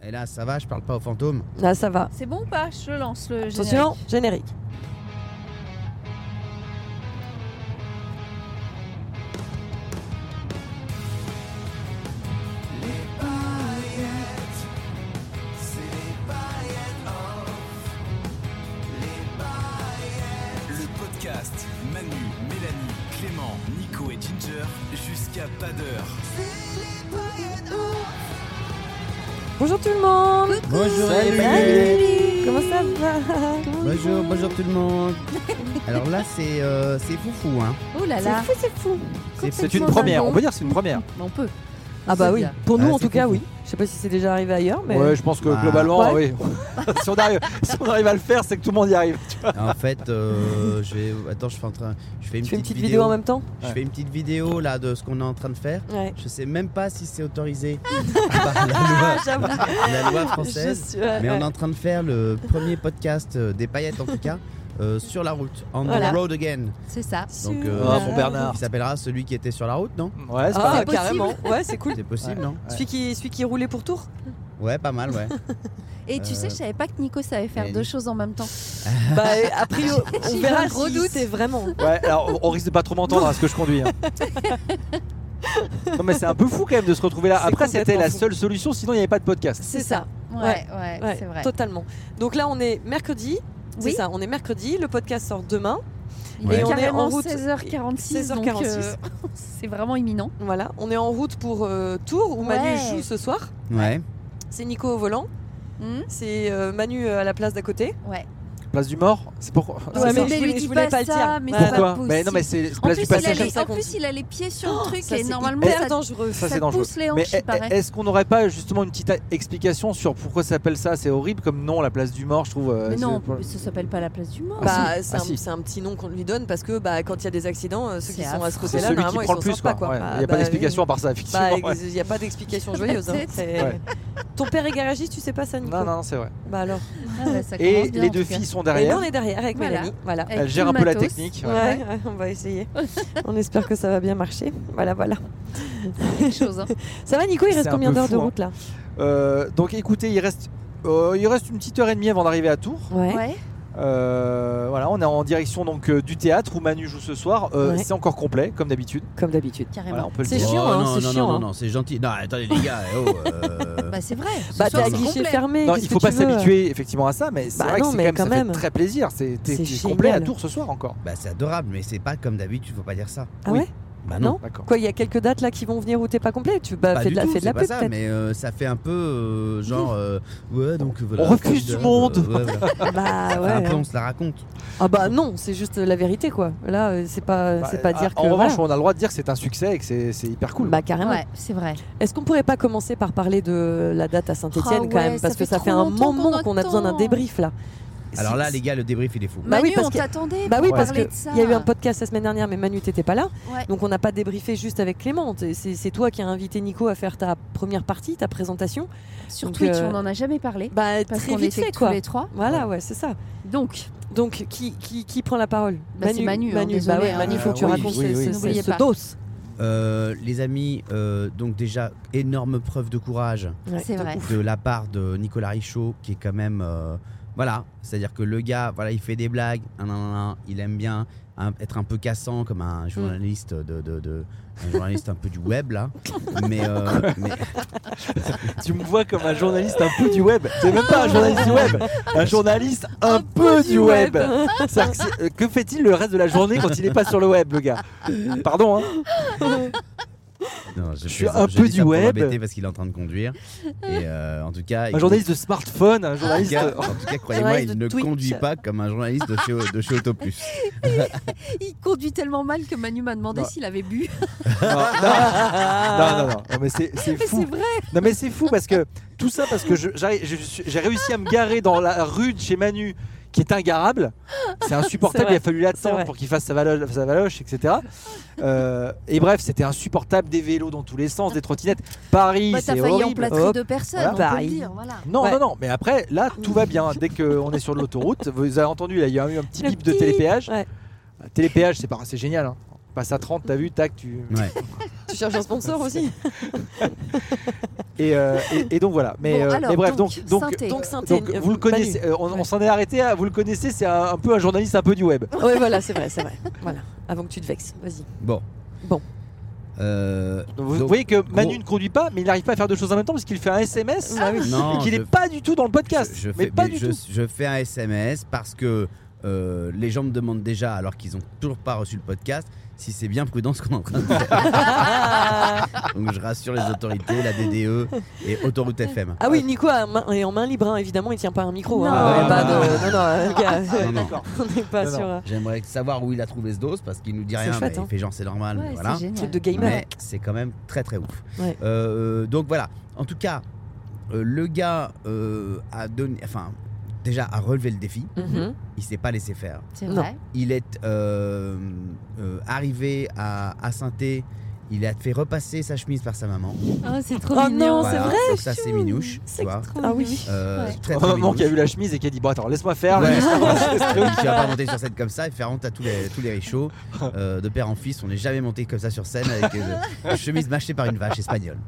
Et là, ça va, je parle pas aux fantômes. Là, ça va. C'est bon ou pas Je lance le générique. Attention, générique. Le podcast Manu, Mélanie, Clément, Nico et Ginger jusqu'à pas d'heure. Bonjour tout le monde. Bonjour les Comment ça va Bonjour, bonjour tout le monde. Alors là, c'est euh, c'est foufou, hein. Oh là là. C'est fou, c'est fou. C'est une première, on peut dire que c'est une première. On peut. Ah bah C'est oui, bien. pour nous Ouais, en c'est tout cas, fou. oui. Je sais pas si c'est déjà arrivé ailleurs, mais Ouais, je pense que Bah, globalement, ouais. oui. si, on arrive, si on arrive à le faire, c'est que tout le monde y arrive. tu vois. En fait, euh, je vais. Attends, je fais, en train... je fais une petite tu fais une petite vidéo en même temps Je fais une petite vidéo là de ce qu'on est en train de faire. Ouais. Je sais même pas si c'est autorisé Ah. par la loi, la loi française. Mais on est en train de faire le premier podcast euh, des paillettes en tout cas euh, sur la route, on Voilà. the road again. C'est ça. Donc euh, Ah, mon Bernard. il s'appellera celui qui était sur la route, non Ouais, c'est pas Ah, mal. possible. carrément. Ouais, c'est cool. C'est possible, non Celui, qui, celui qui roulait pour tour Ouais, pas mal, ouais. Et tu sais, je savais pas que Nico savait faire mais- deux choses en même temps. Bah, a priori, on J'ai verra un gros si doute. c'est vraiment. Ouais, alors on- on risque de pas trop m'entendre à ce que je conduis. hein. non, mais c'est un peu fou quand même de se retrouver là. C'est Après, c'était complètement la fou. seule solution, sinon il n'y avait pas de podcast. C'est ça. Ouais, ouais, Ouais, c'est vrai. Totalement. Donc là, on est mercredi. C'est Oui. ça, on est mercredi. Le podcast sort demain. Il Ouais. est Et on est carrément en route. 16h46. donc, 16h46. euh, c'est vraiment imminent. Voilà, on est en route pour euh, Tours où Ouais. Manu joue ce soir. Ouais. C'est Nico au volant, Hmm c'est euh, Manu euh, à la place d'à côté. ouais. Place du mort, c'est pourquoi Ouais, mais je voulais- lui je dis voulais pas pas le ça, dire. mais Ouais. c'est Pourquoi pas possible. Mais non, mais c'est En place plus, du il a passage. comme les, ça en qu'on plus, dit. il a les pieds sur le truc Ça, et c'est normalement hyper ça, dangereux. Ça, ça c'est dangereux. pousse les hanches, Mais il e- paraît. est-ce qu'on n'aurait pas justement une petite explication sur pourquoi ça s'appelle ça C'est horrible comme nom, la place du mort, je trouve. euh, Mais c'est- non, ça s'appelle pas la place du mort. Bah, si. c'est Ah, un, si. c'est un petit nom qu'on lui donne parce que bah, quand il y a des accidents, euh, ceux qui C'est sont à ce affreux. c'est côté-là, celui qui normalement, ils prend sont le plus. sympas. quoi. Quoi. Ouais, Il Bah, n'y a pas bah, d'explication à part ça, bah, effectivement. ouais. ex- il n'y a pas d'explication joyeuse. hein. Peut-être. C'est- Ouais. Ton père est garagiste, tu sais pas ça, Nico Non, non, non, c'est vrai. Bah alors. Ah bah, ça Et commence bien, les en deux tout cas. filles Et sont nous, derrière. on est derrière avec Voilà. Mélanie. Voilà. Avec Elles tout gèrent le un peu la matos. technique. Ouais, ouais. ouais, on va essayer. on espère que ça va bien marcher. Voilà, voilà. Quelque chose. hein. Ça va, Nico Il reste C'est un combien peu d'heures de fou, hein. route là Euh, donc écoutez, il reste, euh, il reste une petite heure et demie avant d'arriver à Tours. Ouais. Euh, voilà, on est en direction donc euh, du théâtre où Manu joue ce soir. Euh, Ouais. C'est encore complet, comme d'habitude. Comme d'habitude. Voilà, Carrément. on peut le C'est dire. Oh, chiant, hein, non, c'est non, chiant, non, hein. non, c'est gentil. Non, attendez les gars, eh oh, euh, Bah c'est vrai. Ce Bah, soir, t'as c'est guichet complet. fermé. Non, qu'est-ce il que faut pas tu veux s'habituer effectivement à ça, mais c'est Bah vrai non, que c'est mais quand même, quand ça même. fait très plaisir. C'est t'es- C'est t'es génial. complet à Tours ce soir encore. bah c'est adorable, mais c'est pas comme d'habitude, faut pas dire ça. Ah Oui. ouais Bah Non. non. D'accord. Quoi, il y a quelques dates là qui vont venir où t'es pas complet Tu bah, Pas fais du de la, tout, fais de la c'est pas pub ça, peut-être. mais euh, ça fait un peu euh, genre euh, ouais donc voilà. On refuse comme du d'hab, monde. euh, ouais, voilà. Bah ouais. Un peu, on se la raconte. Ah bah non, c'est juste la vérité quoi. Là, euh, c'est pas, Bah, c'est pas euh, dire en que. revanche, voilà. on a le droit de dire que c'est un succès et que c'est c'est hyper cool. Bah carrément. Ouais, c'est vrai. Est-ce qu'on pourrait pas commencer par parler de la date à Saint-Etienne Ah quand ouais, même ça Parce que fait ça trop fait un longtemps moment qu'on qu'on a besoin d'un attend. débrief là. Alors Si- là les gars, le débrief il est fou. Bah oui, Manu, parce on que- t'attendait. Bah oui, pour parce parler que de ça. il y a eu un podcast la semaine dernière, mais Manu, t'étais pas là. Ouais. Donc on n'a pas débriefé juste avec Clément. T'es- C'est c'est toi qui as invité Nico à faire ta première partie, ta présentation. Sur Donc, Twitch, euh, on n'en a jamais parlé. Bah Parce très qu'on vite était fait que quoi. tous les trois. Voilà, ouais, c'est ça. Donc, Donc qui, qui, qui prend la parole Bah, c'est Manu, hein, bah désolé, ouais, hein. Manu, faut que tu Euh, oui, racontes oui, ce- oui. ce- ce, N'oubliez ce pas. dos. Euh, les amis, euh, donc déjà énorme preuve de courage Ouais. c'est vrai. de la part de Nicolas Richaud qui est quand même euh, voilà, c'est-à-dire que le gars, voilà, il fait des blagues, nan, nan, nan, nan, il aime bien hein, être un peu cassant comme Mm. un journaliste de, de- de- un journaliste un peu du web là, mais, euh, mais- Tu me vois comme euh, un journaliste un peu du web. C'est même pas un journaliste du web, un journaliste un peu du web. C'est-à-dire Que c'est- euh, que fait-il le reste de la journée quand il n'est pas sur le web, le gars Pardon, hein Non, je, Je suis plaisante. un Je peu dis ça du pour web. l'embêter parce qu'il est en train de conduire. Et euh, en tout cas, Un écoute, journaliste de smartphone, un en tout journaliste. euh, cas, en tout cas, croyez-moi, Journaliste il de ne Twitch. conduit pas comme un journaliste de chez, de chez Autoplus. Il conduit tellement mal que Manu m'a demandé Non. s'il avait bu. Non, non, non, non, non, mais c'est c'est Mais c'est fou. vrai. Non, mais c'est fou parce que tout ça parce que je- j'arrive- je suis- j'ai réussi à me garer dans la rue de chez Manu qui est ingarable. C'est C'est insupportable. vrai, Il a fallu c'est l'attendre vrai. pour qu'il fasse sa valoche, sa valoche etc. Euh, et bref, c'était insupportable. Des vélos dans tous les sens, des trottinettes. Paris, Bah, t'as c'est failli horrible. emplâtrer Hop. deux personnes, Voilà. on peut Pareil. le dire. Voilà. Non, Ouais. non, non, mais après, là, tout va bien. Dès qu'on est sur l'autoroute, vous avez entendu, là, il y a eu un petit Le bip de petit- télépéage. Ouais. Euh, Télépéage, c'est pas- c'est génial. Hein. On Passe à 30, t'as vu, tac, tu. Ouais. Tu cherches un sponsor aussi Et, euh, et- et donc voilà. Mais, Bon, euh, alors, mais bref, donc, donc, donc, synthé. Donc synthé. donc, vous le connaissez, euh, on, on s'en est arrêté à vous le connaissez, c'est un, un peu un journaliste un peu du web. Oui, voilà, c'est vrai, c'est vrai. Voilà. Avant que tu te vexes, vas-y. Bon. Bon. Euh, Donc, vous donc, voyez que Manu gros- ne conduit pas, mais il n'arrive pas à faire deux choses en même temps parce qu'il fait un SMS Ah oui. non, et qu'il je- n'est pas du tout dans le podcast. je, je mais fais, pas mais du je, tout. je fais un SMS parce que euh, les gens me demandent déjà, alors qu'ils n'ont toujours pas reçu le podcast, si c'est bien prudent ce qu'on est en train de faire. Ah, Donc je rassure les autorités, la DDE et Autoroute FM. Ah oui, Nico a main- est en main libre, hein, évidemment, il tient pas un micro. hein. Non. Il y a pas Non, de- non, non, le gars, Non, non. on n'est pas Non, non. sur euh, un J'aimerais savoir où il a trouvé ce dose parce qu'il nous dit C'est rien. chouette, mais hein. Il fait genre c'est normal. mais Ouais, voilà. c'est génial. truc de gamer. Mais c'est quand même très très ouf. Ouais. Euh, donc voilà. En tout cas, euh, le gars euh, a donné, enfin déjà a relevé le défi. Mhm. Il s'est pas laissé faire. C'est Non. vrai. Il est euh, euh, arrivé à, à Sainté. Il a fait repasser sa chemise par sa maman. Ah, c'est trop Oh non, mignon. c'est vrai. donc ça c'est minouche, tu vois. Ah oui. Euh, Ouais. Très très Maman minouche. qui a vu la chemise et qui a dit Bon, attends, laisse-moi faire. Ouais. laisse-moi voir ce Tu truc. vas pas monter sur scène comme ça et faire honte à tous les, tous les richots. Euh, de père en fils, on n'est jamais monté comme ça sur scène avec euh, une chemise mâchée par une vache espagnole.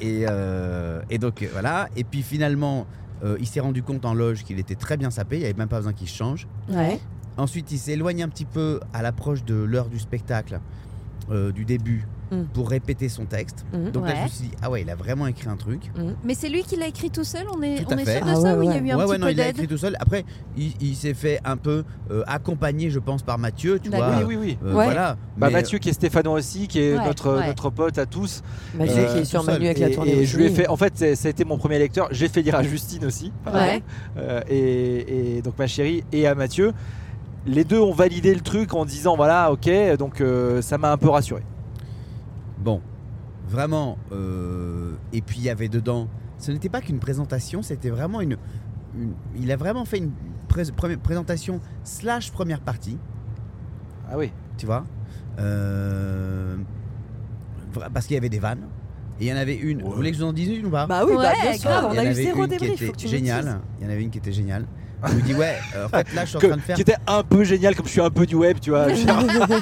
Et, euh, et donc euh, voilà. Et puis finalement, euh, il s'est rendu compte en loge qu'il était très bien sapé, il n'y avait même pas besoin qu'il se change. Ouais. Ensuite, il s'éloigne un petit peu à l'approche de l'heure du spectacle, euh, du début, Mm. pour répéter son texte. Mhm. Donc là, je Mm, Ouais. me suis dit, ah ouais, il a vraiment écrit un truc. Mais c'est lui qui l'a écrit tout seul, on est, Tout à on est fait. sûr de Ah ça ouais, ou il y ouais. a eu un Ouais, petit ouais, non, peu il l'a d'aide écrit tout seul. Après, il, il s'est fait un peu euh, accompagner, je pense, par Mathieu, tu D'accord. vois. Oui, oui, oui. Euh, Ouais. Voilà. Bah, Mais, Mathieu qui est Stéphanois aussi, qui est Ouais, notre, ouais. notre pote à tous. Mathieu Euh, Bah, qui est sur tout seul. Manu avec et, la tournée. et je lui ai aussi. fait en fait c'est- ça a été mon premier lecteur j'ai fait lire à Justine aussi Ouais. Euh, et, et donc ma chérie et à Mathieu les deux ont validé le truc en disant voilà ok donc euh, ça m'a un peu rassuré Bon, vraiment. euh, et puis il y avait dedans. Ce n'était pas qu'une présentation, c'était vraiment une, une- Il a vraiment fait une pré- premi- présentation slash première partie, ah oui tu vois. Euh, vra- parce qu'il y avait des vannes. Et il y en avait une. Vous voulez que je vous en dise une ou pas Ah, Bah oui, bah, Ouais, bien sûr, grave, Il y on en a eu avait une zéro qui débrief. faut était que tu nous dises. géniale. Il y en avait une qui était géniale. Je me dis ouais, euh, en fait là je suis en Que- train de faire. qui était un peu génial comme je suis un peu du web tu vois Je-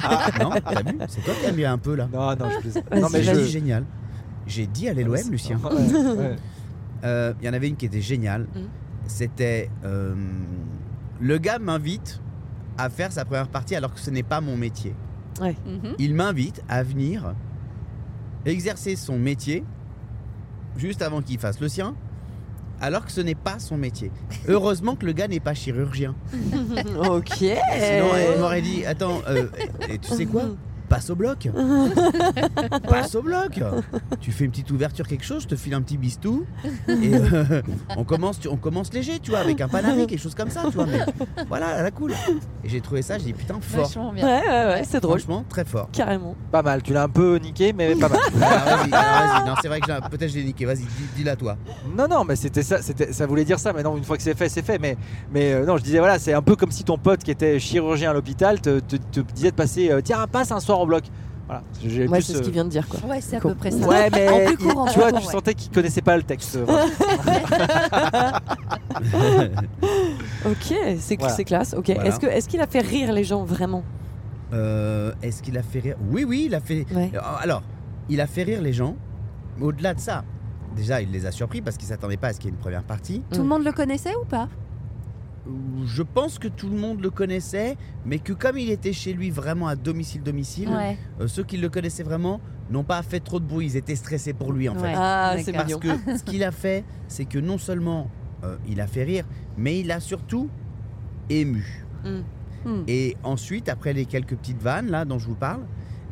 Ah, non, t'as vu C'est toi qui as mis un peu là. non non je plaisante. Vas-y, non mais j'ai je Ah, dit génial. J'ai dit allez l'OM Lucien. Ouais, ouais. Euh, Il y en avait une qui était géniale. C'était. euh, le gars m'invite à faire sa première partie alors que ce n'est pas mon métier. Mhm. Il m'invite à venir exercer son métier juste avant qu'il fasse le sien. Alors que ce n'est pas son métier. Heureusement que le gars n'est pas chirurgien. Ok. Sinon, il m'aurait dit Attends, euh, et- et tu sais quoi Passe au bloc Passe au bloc Tu fais une petite ouverture, quelque chose, je te file un petit bistou. Et euh, on, commence, tu- on commence léger, tu vois, avec un panami, quelque chose comme ça, tu vois. Mais voilà, à la cool. Et j'ai trouvé ça, j'ai dit putain, fort. Vachement Ouais, bien. ouais, ouais, c'est drôle. Franchement, très fort. Carrément. pas mal tu l'as un peu niqué mais pas mal Alors, vas-y, alors, vas-y. Non, c'est vrai que j'ai un- peut-être je l'ai niqué. Vas-y, dis- dis-la toi. Non, non, mais c'était ça, c'était, ça voulait dire ça. Mais non, une fois que c'est fait, c'est fait. Mais, mais euh, non, je disais, voilà, c'est un peu comme si ton pote qui était chirurgien à l'hôpital te, te- te disait de passer, euh, tiens, passe un soir en bloc. Voilà. J'ai Moi, plus, c'est ce euh, qu'il vient de dire, quoi. Ouais, c'est à Con. peu près ça. Ouais, mais En plus il- court, en tu plus vois, court, tu ouais. sentais qu'il connaissait pas le texte. euh, vraiment. Ok, c'est Voilà. c'est classe. Ok. Voilà. Est-ce que- est-ce qu'il a fait rire les gens vraiment Euh, Est-ce qu'il a fait rire Oui, oui, il a fait. Euh, Ouais. Alors, il a fait rire les gens. mais Au-delà de ça, déjà, il les a surpris parce qu'ils s'attendaient pas à ce qu'il y ait une première partie. Tout le monde le connaissait ou pas Je pense que tout le monde le connaissait, mais que comme il était chez lui vraiment à domicile, domicile, Ouais. euh, ceux qui le connaissaient vraiment n'ont pas fait trop de bruit. Ils étaient stressés pour lui en fait. Ouais. Ah, D'accord. c'est Parce mignon. que ce qu'il a fait, c'est que non seulement euh, il a fait rire, mais il a surtout ému. Hmm. Et ensuite, après les quelques petites vannes là dont je vous parle,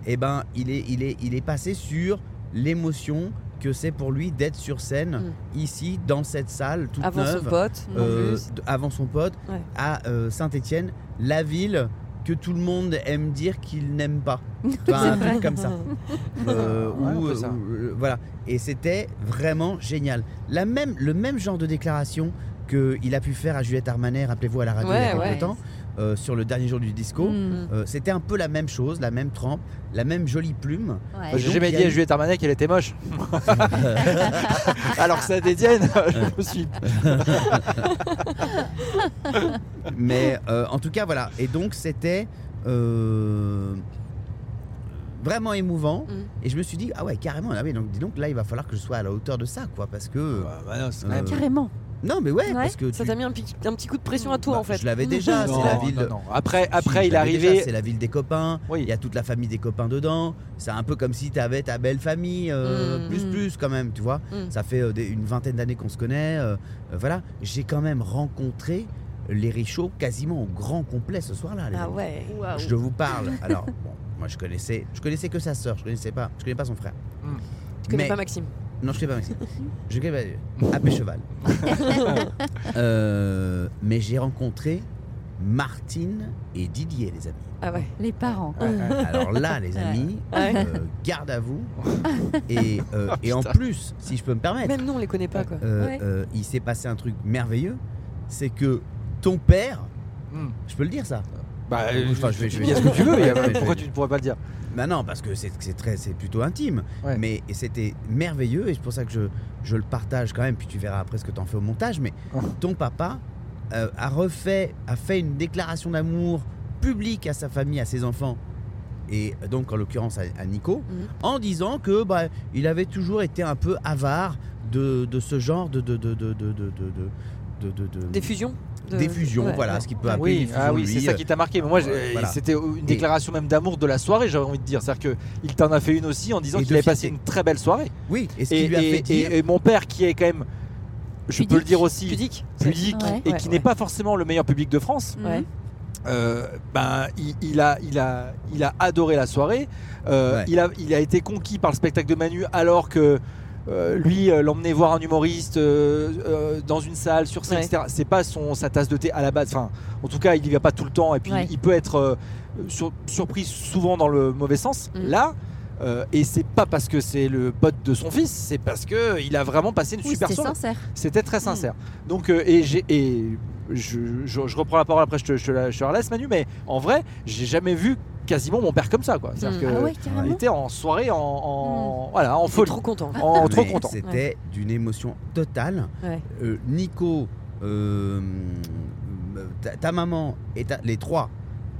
eh ben, il est, il est, il est passé sur l'émotion que c'est pour lui d'être sur scène Mm. ici dans cette salle toute Avant son neuve pote, en euh, plus. de- avant son pote Ouais. à euh, Saint-Étienne, la ville que tout le monde aime dire qu'il n'aime pas. Tu vois, un C'est truc vrai. comme ça. Euh, Ouais, ou, un peu ça. ou, euh, voilà. Et c'était vraiment génial. La même, le même genre de déclaration qu'il a pu faire à Juliette Armanet, rappelez-vous à la radio il y a Ouais, quelque ouais. temps, euh, sur le dernier jour du disco. Mm. Euh, c'était un peu la même chose, la même trempe, la même jolie plume. Ouais. Bah, J'ai donc, jamais il y dit a à eu- Juliette Armanet qu'elle était moche. Alors que ça détienne, je me suis. Mais euh, en tout cas, voilà. Et donc, c'était euh, vraiment émouvant. Mm. Et je me suis dit, ah ouais, carrément, ah ouais, donc dis donc, là, il va falloir que je sois à la hauteur de ça, quoi. Parce que. Bah, bah non, c'est quand Euh, même- Carrément. Non, mais ouais, Ouais, parce que. Ça tu- t'a mis un, pic- un petit coup de pression à toi Bah, en fait. Je l'avais déjà, Non, c'est la non, ville. non. Après, Si, après je il est l'avais arrivé. déjà, C'est la ville des copains. Oui. Il y a toute la famille des copains dedans. C'est un peu comme si tu avais ta belle famille, euh, Mm. plus Mm. plus quand même, tu vois. Mm. Ça fait euh, des- une vingtaine d'années qu'on se connaît. euh, euh, voilà, j'ai quand même rencontré les Richots quasiment au grand complet ce soir-là. les Ah amis. ouais. Je vous parle. Alors, bon, moi je connaissais, je connaissais que sa sœur. Je connaissais pas, je connais pas son frère. Mm. Hmm. Tu connais Mais- pas Maxime. non, je ne pas Maxime. Je connais pas. Appelé Cheval. Euh, mais j'ai rencontré Martine et Didier, les amis. Ah ouais. Ah Les parents. Ouais, ouais. Alors là, les amis, Ouais. euh, garde à vous. Et, euh, et en plus, si je peux me permettre, Oh, Même nous on les connaît pas quoi. euh, Ouais. euh, il s'est passé un truc merveilleux. C'est que ton père, Hmm. je peux le dire ça Bah, Enfin, je vais- je vais- tu dis ce que tu veux, Ouais, mais, ouais, euh, je vais- pourquoi tu ne pourrais pas le dire Bah non, parce que c'est c'est très, c'est plutôt intime. Ouais. Mais c'était merveilleux et c'est pour ça que je, je le partage quand même. Puis tu verras après ce que t'en fais au montage. Mais Oh. ton papa euh, a refait, a fait une déclaration d'amour publique à sa famille, à ses enfants. Et donc en l'occurrence à, à Nico, Mhm. en disant que bah, il avait toujours été un peu avare de, de ce genre de de de de de de de- de- de- de- Des fusions. de- d'effusion, ouais, voilà, ouais. ce qui peut appeler Oui, l'effusion, ah oui c'est lui, euh, ça qui t'a marqué. Mais moi, je- voilà. c'était une déclaration même d'amour de la soirée, j'avais envie de dire. C'est-à-dire qu'il t'en a fait une aussi en disant Et qu'il de avait passé fierté. une très belle soirée. Oui, et ce qui Et, lui a et- fait dire, et- et mon père, qui est quand même, je peux le Pudique. dire aussi, Pudique. pudique Ouais. et Ouais, qui ouais. n'est pas forcément le meilleur public de France. Ouais. euh, ben, il, il a, il, a, il a adoré la soirée. Euh, Ouais. il, a, il a été conquis par le spectacle de Manu alors que euh, lui, euh, l'emmener voir un humoriste euh, euh, dans une salle, sur scène, Ouais. etc., c'est pas son, sa tasse de thé à la base. Enfin, en tout cas, il y va pas tout le temps et puis Ouais. il peut être euh, sur- surpris souvent dans le mauvais sens. Mm. Là, euh, et c'est pas parce que c'est le pote de son fils, c'est parce que il a vraiment passé une Oui, super c'était soirée. sincère. C'était très sincère. Mm. Donc, euh, et j'ai. et Je, je- je reprends la parole après, je te, je te la, je te la laisse Manu, mais en vrai, j'ai jamais vu quasiment mon père comme ça. quoi. C'est-à-dire Mm. que Ah ouais, il carrément. était en soirée, en, en- voilà, en Faut folie, trop content. en trop Ah, Mais content. C'était d'une émotion totale. Ouais. Euh, Nico, euh, ta, ta maman et ta- les trois,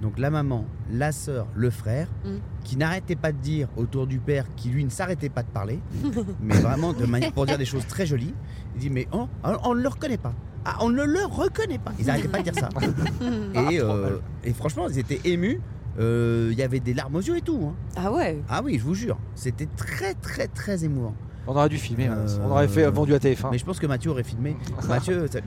donc la maman, la sœur, le frère, Mm. qui n'arrêtaient pas de dire autour du père, qui lui ne s'arrêtait pas de parler, mais vraiment de manière pour dire des choses très jolies. Il dit mais on, on ne le reconnaît pas. Ah, on ne le reconnaît pas. Ils n'arrêtaient pas de dire ça. Ah, mm. Et, euh, et franchement, ils étaient émus. Euh, Il y avait des larmes aux yeux et tout. hein. Ah ouais. Ah oui, je vous jure. C'était très, très, très émouvant. On aurait dû filmer, hein. Euh, on aurait fait euh, vendu à TF1. Mais je pense que Mathieu aurait filmé. Mathieu, ça-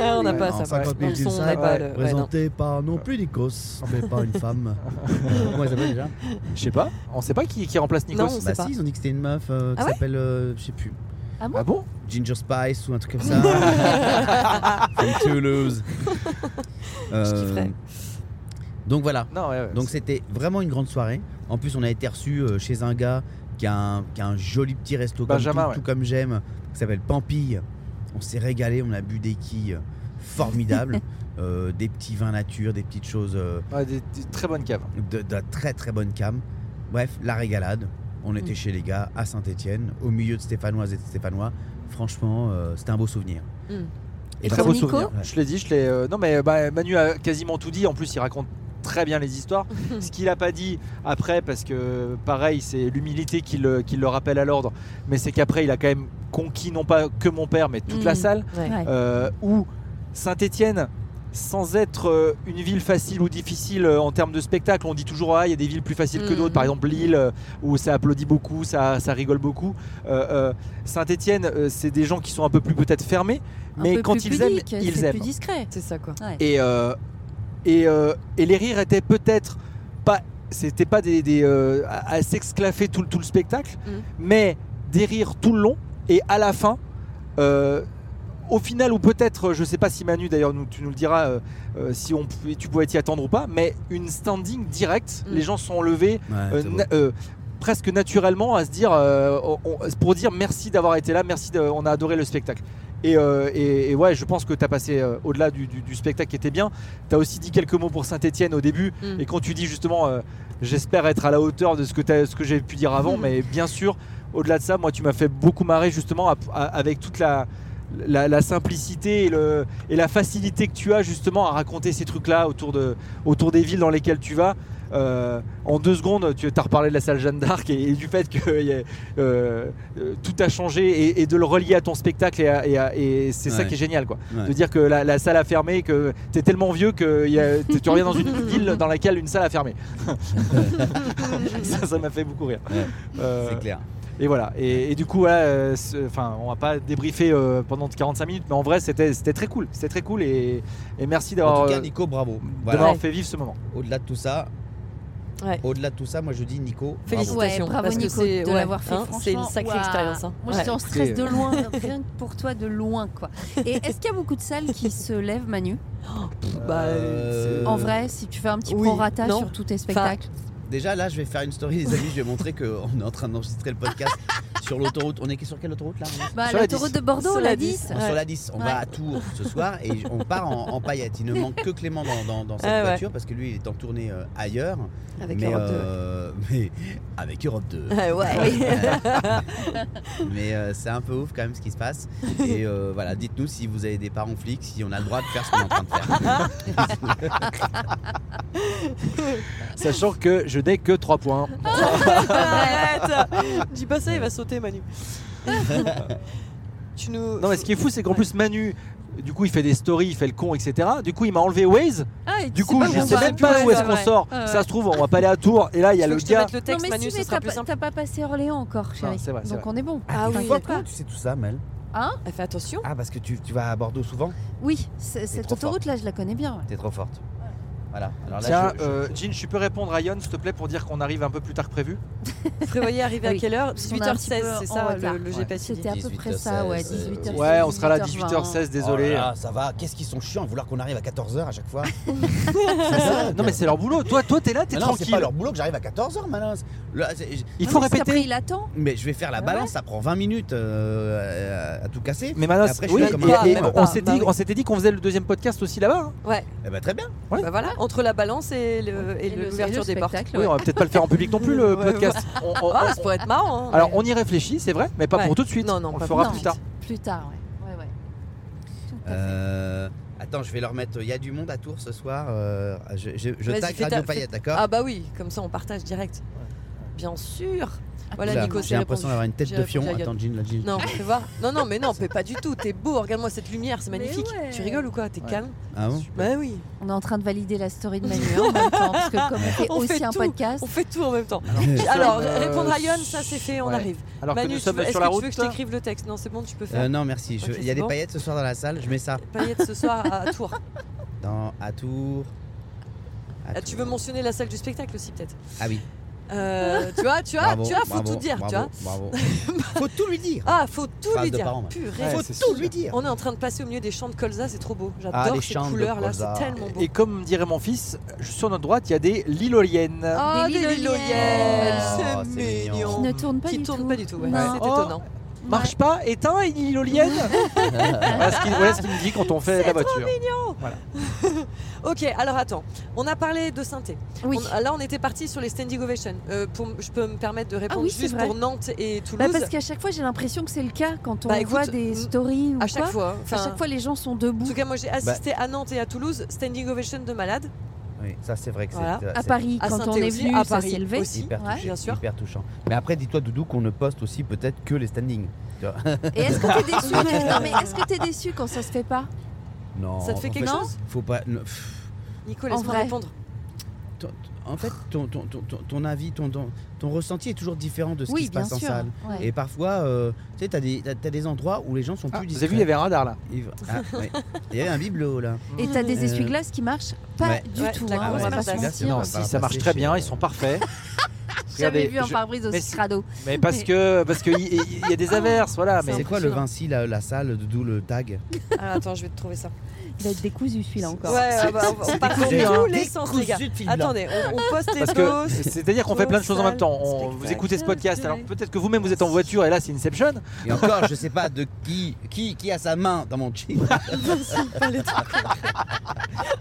Ah, on n'a pas En ça. 50 Dans 000 le son, d'une on salle, n'a pas le- ouais, non. Présenté par non plus Nikos, mais pas une femme. Euh, Comment elle s'appelle déjà Je sais pas, on sait pas qui, qui remplace Nikos. Non, on Bah sait pas. si, ils ont dit que c'était une meuf euh, qui Ah ouais s'appelle, euh, je sais plus, Bah, Ah bon Ginger Spice ou un truc comme ça. From Toulouse. Euh, Je kifferais. donc voilà, Non, ouais, ouais. donc c'était vraiment une grande soirée. En plus, on a été reçu euh, chez un gars qui a un, qui a un joli petit resto comme Benjamin, tout, ouais. tout comme j'aime, qui s'appelle Pampille. On s'est régalé, on a bu des quilles formidables, euh, des petits vins nature, des petites choses euh, Ouais, des, des très bonnes caves. de, de la très très bonne cam. Bref, la régalade. On était Mm. chez les gars à Saint-Étienne, au milieu de Stéphanoises et de Stéphanois. Franchement, euh, c'était un beau souvenir. ben, Mm. Et très pour beau Nico souvenir. Je l'ai dit, je l'ai. euh, non, mais bah, Manu a quasiment tout dit. En plus, il raconte très bien les histoires. Ce qu'il a pas dit après, parce que pareil, c'est l'humilité qui le, qui le rappelle à l'ordre. Mais c'est qu'après, il a quand même conquis non pas que mon père, mais toute la Mm. Mhm. salle. Ouais. Ouais. Euh, Ou Saint-Étienne. Sans être euh, une ville facile ou difficile euh, en termes de spectacle, on dit toujours ah il y a des villes plus faciles Mm. que Mhm. d'autres. Par exemple Lille euh, où ça applaudit beaucoup, ça, ça rigole beaucoup. Euh, Saint-Étienne, euh, c'est des gens qui sont un peu plus peut-être fermés, Un mais peu quand plus ils aiment, pudique, ils c'est aiment. plus discret. C'est ça quoi. Et, euh, et, euh, et les rires étaient peut-être pas c'était pas des, des, euh, à, à s'exclaffer tout, le- tout le spectacle, Mm. mais des rires tout le long et à la fin. euh, au final, ou peut-être, je sais pas si Manu d'ailleurs, nous- tu nous le diras, euh, euh, si on pouvait- tu pouvais t'y attendre ou pas, mais une standing directe, Mm. les gens sont levés, Ouais, euh, c'est beau. na- euh, presque naturellement à se dire euh, on- on- pour dire merci d'avoir été là, merci, de- on a adoré le spectacle. Et, euh, et- et ouais, je pense que tu as passé euh, au-delà du, du- du spectacle qui était bien. Tu as aussi dit quelques mots pour Saint-Etienne au début. Mm. Et quand tu dis justement, euh, j'espère être à la hauteur de ce que, t'as- ce que j'ai pu dire avant, Mm. mais bien sûr, au-delà de ça, moi, tu m'as fait beaucoup marrer justement à- à- avec toute la, la, la simplicité et, le, et la facilité que tu as justement à raconter ces trucs-là autour, de, autour des villes dans lesquelles tu vas. Euh, en deux secondes, tu as reparlé de la salle Jeanne d'Arc et, et du fait que il y a, euh, euh, tout a changé et, et de le relier à ton spectacle et, à- et à- et c'est ça Ouais. qui est génial quoi. Ouais. De dire que la, la salle a fermé, et que t'es tellement vieux que il y a- tu tu reviens dans une ville dans laquelle une salle a fermé. ça, ça m'a fait beaucoup rire. Ouais, Euh, C'est clair. et voilà. Et, et du coup, voilà, euh, ce- enfin, on va pas débriefer euh, pendant 45 minutes, mais en vrai, c'était c'était très cool. C'était très cool et, et merci En d'avoir tout cas, euh, Nico, bravo. Voilà. d'avoir Ouais. fait vivre ce moment. Au-delà de tout ça, Ouais. au-delà de tout ça, moi je dis Nico. bravo. Félicitations. Ouais, bravo parce que Nico c'est- de ouais, l'avoir fait. hein, c'est une franchement. sacrée Waouh. expérience. hein. Moi, Ouais. j'étais en stress Écoutez, de loin, rien que pour toi, de loin, quoi. Et est-ce qu'il y a beaucoup de salles qui se lèvent, Manu Bah, Euh, c'est- En vrai, si tu fais un petit oui, prorata non. sur tous tes spectacles. Déjà là, je vais faire une story, les amis. Je vais montrer qu'on est en train d'enregistrer le podcast sur l'autoroute. On est sur quelle autoroute là on est bah, sur la l'autoroute 10. de Bordeaux, Sur la la 10. Ouais. Sur la 10, on Ouais. va à Tours ce soir et on part en, en paillettes. Il ne manque que Clément dans, dans- dans cette Ah ouais. voiture parce que lui, il est en tournée euh, ailleurs. Avec mais, Europe 2, ouais. euh, mais avec Europe 2. Ah ouais. mais euh, c'est un peu ouf quand même ce qui se passe. Et euh, voilà, dites-nous si vous avez des parents flics, si on a le droit de faire ce qu'on est en train de faire. Sachant que je n'ai que 3 points. Arrête Dis pas ça, il va sauter Manu. tu nous. Non mais ce qui est fou c'est qu'en plus Manu du coup il fait des stories, il fait le con etc. Du coup il m'a enlevé Waze. Ah, et tu Du coup pas je où on sais va. même pas Ouais, où est-ce c'est qu'on vrai. sort. Ouais, ouais. Ça se trouve on va pas aller à Tours et là il y a Faut le que je te gars. mette le Non, texte, mais Manu, si, ce mais sera t'as plus pas, simple. t'as pas passé Orléans encore, chérie. c'est vrai, c'est Donc vrai. on est bon. Ah oui, Pourquoi d'accord. tu sais tout ça, Mel Elle fait attention. Ah, parce que tu, tu vas à Bordeaux souvent Oui, c'est- cette trop fort. autoroute-là, je la connais bien. ouais. T'es trop forte. Voilà. Alors là, Tiens, je- je- euh, Jean, je peux répondre à Yon, s'il te plaît, pour dire qu'on arrive un peu plus tard que prévu Prévoyez arriver à Oui. quelle heure qu'on est un petit 18h16, peu c'est en ça retard. le, le GPS il dit. C'était à peu près ça, ouais, 18h16, 18h16. euh, Ouais, on sera là à 18h20. 18h16, désolé. Oh là là, ça va. Qu'est-ce qu'ils sont chiants à vouloir qu'on arrive à 14h à chaque fois non mais c'est leur boulot. Toi, toi, t'es là, t'es Mais non, c'est tranquille. pas leur boulot que j'arrive à 14h, malin. Là, c'est- j- Il Non, faut mais parce répéter. qu'après, il attend. Mais je vais faire Ah la balance, ça prend 20 minutes euh, à, à tout casser. Mais Manos, Et après, je oui, suis là comme et- un et con, on moi. s'était Bah dit, oui. on s'était dit qu'on faisait le deuxième podcast aussi là-bas. hein. Ouais, Eh ben, très bien. Ouais. bah voilà, entre la balance et le- et Et le- et le- le l'ouverture des portes. spectacle, Oui, ouais. on va peut-être pas le faire en public non plus le Ouais, podcast. On- on- Ah, ça on- pourrait être marrant. hein. alors on y réfléchit, c'est vrai, mais pas Ouais. pour tout de suite. Non, non, on pas le pour fera tout plus de tard. Plus tard, ouais. ouais, ouais. Tout à fait. Euh, attends, je vais leur mettre. Il y a du monde à Tours ce soir. euh, je je, je Vas-y, tag fais ta- Radio fais- Payette, d'accord Ah bah oui, comme ça on partage direct. Bien sûr. Voilà Oula, Nico, J'ai c'est répondu. l'impression d'avoir une tête J'ai de fion. répondu à Yann. Attends, Jean, là, Jean. Non, fais voir. Non, non, mais non, mais pas du tout. T'es beau, regarde-moi cette lumière, c'est Mais magnifique. ouais. Tu rigoles ou quoi T'es Ouais. calme Ah bon Bah oui. On est en train de valider la story de Manu hein, en même temps, parce que comme on fait On aussi fait un tout. podcast, On fait tout en même temps. Alors, Alors, euh, répondre à Yon, ça c'est fait, on ouais. arrive. Alors que Manu, nous tu veux- sommes est-ce sur que la tu route. veux que je t'écrive le texte Non, c'est bon, tu peux Euh, faire. Non, merci. je- Ok, Il y a c'est des bon. paillettes ce soir dans la salle. Je mets ça Paillettes ce soir à Tours. dans, à Tours. À Ah, tu Tours. veux mentionner la salle du spectacle aussi peut-être Ah oui. Euh, Tu vois, tu vois, bravo, tu vois, faut bravo, tout dire, tu vois. bravo, Bravo. faut tout lui dire. Ah, faut tout Phrase lui de dire. parents, ouais. Purée. Ouais, faut c'est tout sûr. lui dire. On est en train de passer au milieu des champs de colza, c'est trop beau. J'adore Ah, les ces champs de couleurs là, colza. c'est tellement beau. Et comme dirait mon fils, sur notre droite, il y a des Liloliennes. Ah, Des des liloliennes. liloliennes, Oh, c'est c'est mignon. qui mignon. ne tourne pas Qui du tourne tout. pas du tout, ouais. Non. c'est Oh. étonnant. Marche pas, éteins une Lilolienne. voilà ce qu'il voilà ce qu'il me dit quand on fait la voiture. Ok, alors attends, on a parlé de synthé. Oui. On- là, on était parti sur les standing ovation. Euh, pour- je peux me permettre de répondre Ah oui, c'est juste vrai. pour Nantes et Bah, Toulouse. parce qu'à chaque fois, j'ai l'impression que c'est le cas quand on Bah, écoute, voit des mm, stories ou à chaque quoi. fois. Enfin, à chaque fois, les gens sont En debout. tout cas, moi j'ai assisté Bah. à Nantes et à Toulouse, standing ovation de malade. Oui, ça c'est vrai que Voilà. c'est. À c'est- Paris, à quand on Saint-Étienne est aussi, venu, à ça Paris s'est levé. aussi. Hyper, Ouais. touché, Bien sûr. hyper touchant. Mais après, dis-toi, Doudou, qu'on ne poste aussi peut-être que les standings. Et est-ce que t'es déçu Non, mais est-ce que t'es déçu quand ça se fait pas Non. Ça te fait en quelque chose Faut pas. ne- pff, Nico, laisse-moi vrai. répondre. t- t- en fait, ton, ton, ton, ton- ton avis, ton, ton, ton ressenti est toujours différent de ce qui oui, se bien passe en sûr. salle. ouais. Et parfois, euh, tu sais, t'as des, t'as- t'as des endroits où les gens sont Ah, plus vous discrets. avez vu, il y avait un radar là. Il va- ah, ouais. Il y avait un bibelot là. Et t'as Euh, des essuie-glaces qui marchent pas ouais. du Ouais, tout. la hein, on grosse va pas patate. se mentir. Non, Non, va si bah, pas ça marche passer très chez, bien, euh, ils sont parfaits. J'avais Regardez, vu un je- pare-brise mais aussi si- crado. Mais parce que parce que il il- il y a Ah, des averses, voilà. Mais C'est quoi le Vinci, la, la salle, d'où le tag Ah, attends, je vais te trouver ça. Il va être décousu celui-là encore. Ouais, ah bah, on, on part dans décousu, tous hein. les sens, les gars. Décousu de fil blanc. Attendez, on, on poste les dos. Parce que c'est-à-dire qu'on fait plein de choses en même temps. On- Spectacle. vous écoutez ce podcast, alors peut-être que vous-même vous êtes en voiture et là c'est Inception. Et encore, je sais pas de qui, qui, qui a sa main dans mon jean.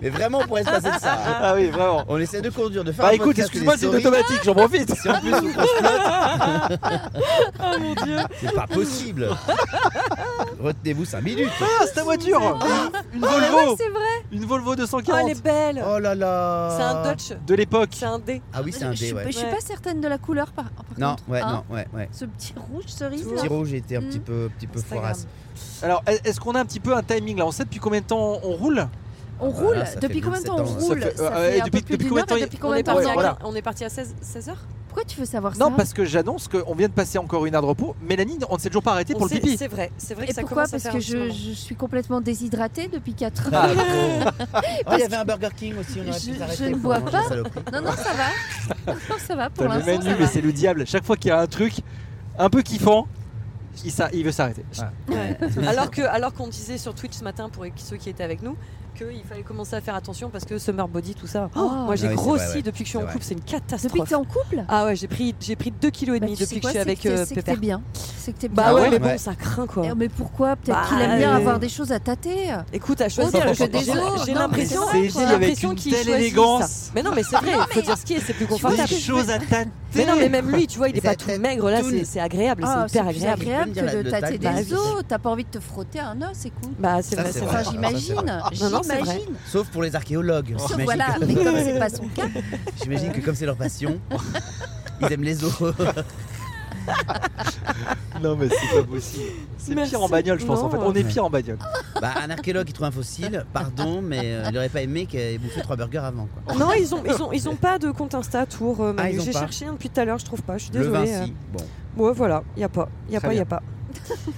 Mais vraiment, on pourrait se passer de ça. hein. Ah oui, vraiment. On essaie de conduire, de faire. Bah un écoute, podcast et des excuse-moi, c'est une stories. automatique, j'en profite. Si en plus on se flotte. Oh, C'est pas possible. Retenez-vous 5 minutes. Ah, c'est ta voiture Une Ah ouais, Volvo c'est vrai. Une Volvo 240 Oh, elle est belle. Oh là là. C'est un Dodge. de l'époque. C'est un D. Ah oui, c'est un je, dé, suis- ouais. je suis Ouais. pas certaine de la couleur par, par Non, contre. ouais, hein. non, ouais, ouais. Ce petit rouge cerise Tout là. Petit rouge était un Hmm. petit Mm. peu, petit peu Instagram. foirasse. Alors, est-ce qu'on a un petit peu un timing là On sait depuis combien de temps on roule On bah roule. là, ça depuis fait combien de temps on 27 ans, ça roule fait- Ça euh, fait et un depuis- peu plus depuis d'une combien de heure, et temps- depuis On combien est de temps on parti, Ouais, à, voilà. on est parti à 16, 16 heures Pourquoi tu veux savoir ça Non, parce que j'annonce qu'on vient de passer encore une heure de repos. Mélanie, on ne s'est toujours pas arrêté On pour le sait- pipi. C'est vrai, c'est vrai Et que ça pourquoi commence à Parce faire que un petit je, moment. je suis complètement déshydratée depuis 4 Ah, ans. Oh, il y avait un Burger King aussi, on aurait Je- pu s'arrêter je ne pour bois manger pas. la saloperie. Non, non, ça va. Non, ça va pour Putain, le l'instant. menu, ça mais va. c'est le diable. Chaque fois qu'il y a un truc un peu kiffant, il, s'a- il veut s'arrêter. Ouais. alors que, alors qu'on disait sur Twitch ce matin pour ceux qui étaient avec nous qu'il fallait commencer à faire attention parce que summer body tout ça. Oh. moi j'ai Ah oui, c'est grossi vrai, ouais. depuis que je suis en C'est vrai. couple, c'est une Depuis que catastrophe. t'es en couple ah ouais, j'ai pris j'ai pris 2 kg et Bah, demi tu sais depuis que quoi, je suis c'est avec t'es- euh, C'est que Pépère. t'es bien. C'est que t'es bien. Bah ouais, ouais. mais bon, Ouais. ça craint quoi. Eh, Mais pourquoi Peut-être Bah, qu'il aime bien euh, avoir des choses à tâter. Écoute, à Autre choisir, que j'ai- des j'ai- autres. j'ai Non, l'impression mais c'est j'ai dit avec l'impression une qu'il telle choisit élégance. ça. Mais non, mais c'est vrai, il faut dire ce qui est, c'est plus Des confortable. choses à tâter. Mais non, mais même lui, tu vois, il Mais est pas ça- tout maigre là, tout c'est le- c'est agréable, Ah, c'est hyper plus agréable. Tu peux me que dire de la- le tâter tact des des os. T'as pas envie de te frotter un os, écoute. Bah, c'est Ça, vrai, c'est c'est vrai. vrai. Enfin, Alors, j'imagine. Non, non, c'est vrai. J'imagine. Sauf pour les archéologues. Sauf J'imagine Oh, voilà, que- mais comme c'est pas son cas, J'imagine que comme c'est leur passion, ils aiment les os. Non, mais c'est pas possible. C'est Merci. pire en bagnole, je pense. en fait, Non. on est pire en bagnole. Bah, un archéologue qui trouve un fossile, pardon, mais euh, il aurait pas aimé qu'il ait bouffé trois burgers avant. Quoi. Non, ils ont, ils ont, ils ont pas de compte Insta tour. euh, Ah, Manu. ils ont J'ai pas. cherché un depuis tout à l'heure, je trouve pas. Je suis Le désolée. euh. Vinci, bon. Ouais, voilà, y a pas, y a Très pas, y a pas.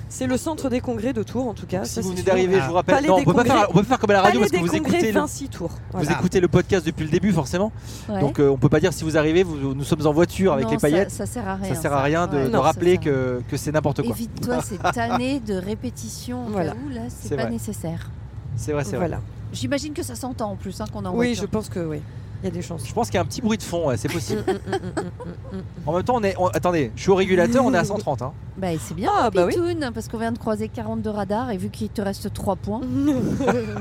C'est le centre des congrès de Tours en tout cas. si Ah, ça, vous c'est venez sûr. d'arriver, je vous rappelle. Palais Non, on des peut pas congrès. faire, on peut faire comme à la radio Palais parce que des vous congrès écoutez le, Vinci Tours. vous Voilà. Ah. écoutez le podcast depuis le début, forcément. ouais. Donc, euh, on peut pas dire si vous arrivez, vous, nous sommes en voiture avec Non, les ça- paillettes. Ça, sert à Ça, rien. sert à rien de, Ouais, de non, ça rappeler sert à rien. que, que c'est n'importe quoi. Évite-toi cette année de répétition. Voilà. Voilà. là, c'est C'est pas vrai. nécessaire. C'est vrai, c'est vrai. Voilà. J'imagine que ça s'entend en plus hein, qu'on est en Oui, je voiture. pense que oui. Il y a des chances. Je pense qu'il y a un petit bruit de fond, ouais, c'est possible. Mm, mm, mm, mm, mm, mm. en même temps, on est. on- attendez, je suis au régulateur, on est à 130. hein. Bah, et c'est bien, Ah, bah oui. Pitoun, parce qu'on vient de croiser 42 radars et vu qu'il te reste 3 points, Mm,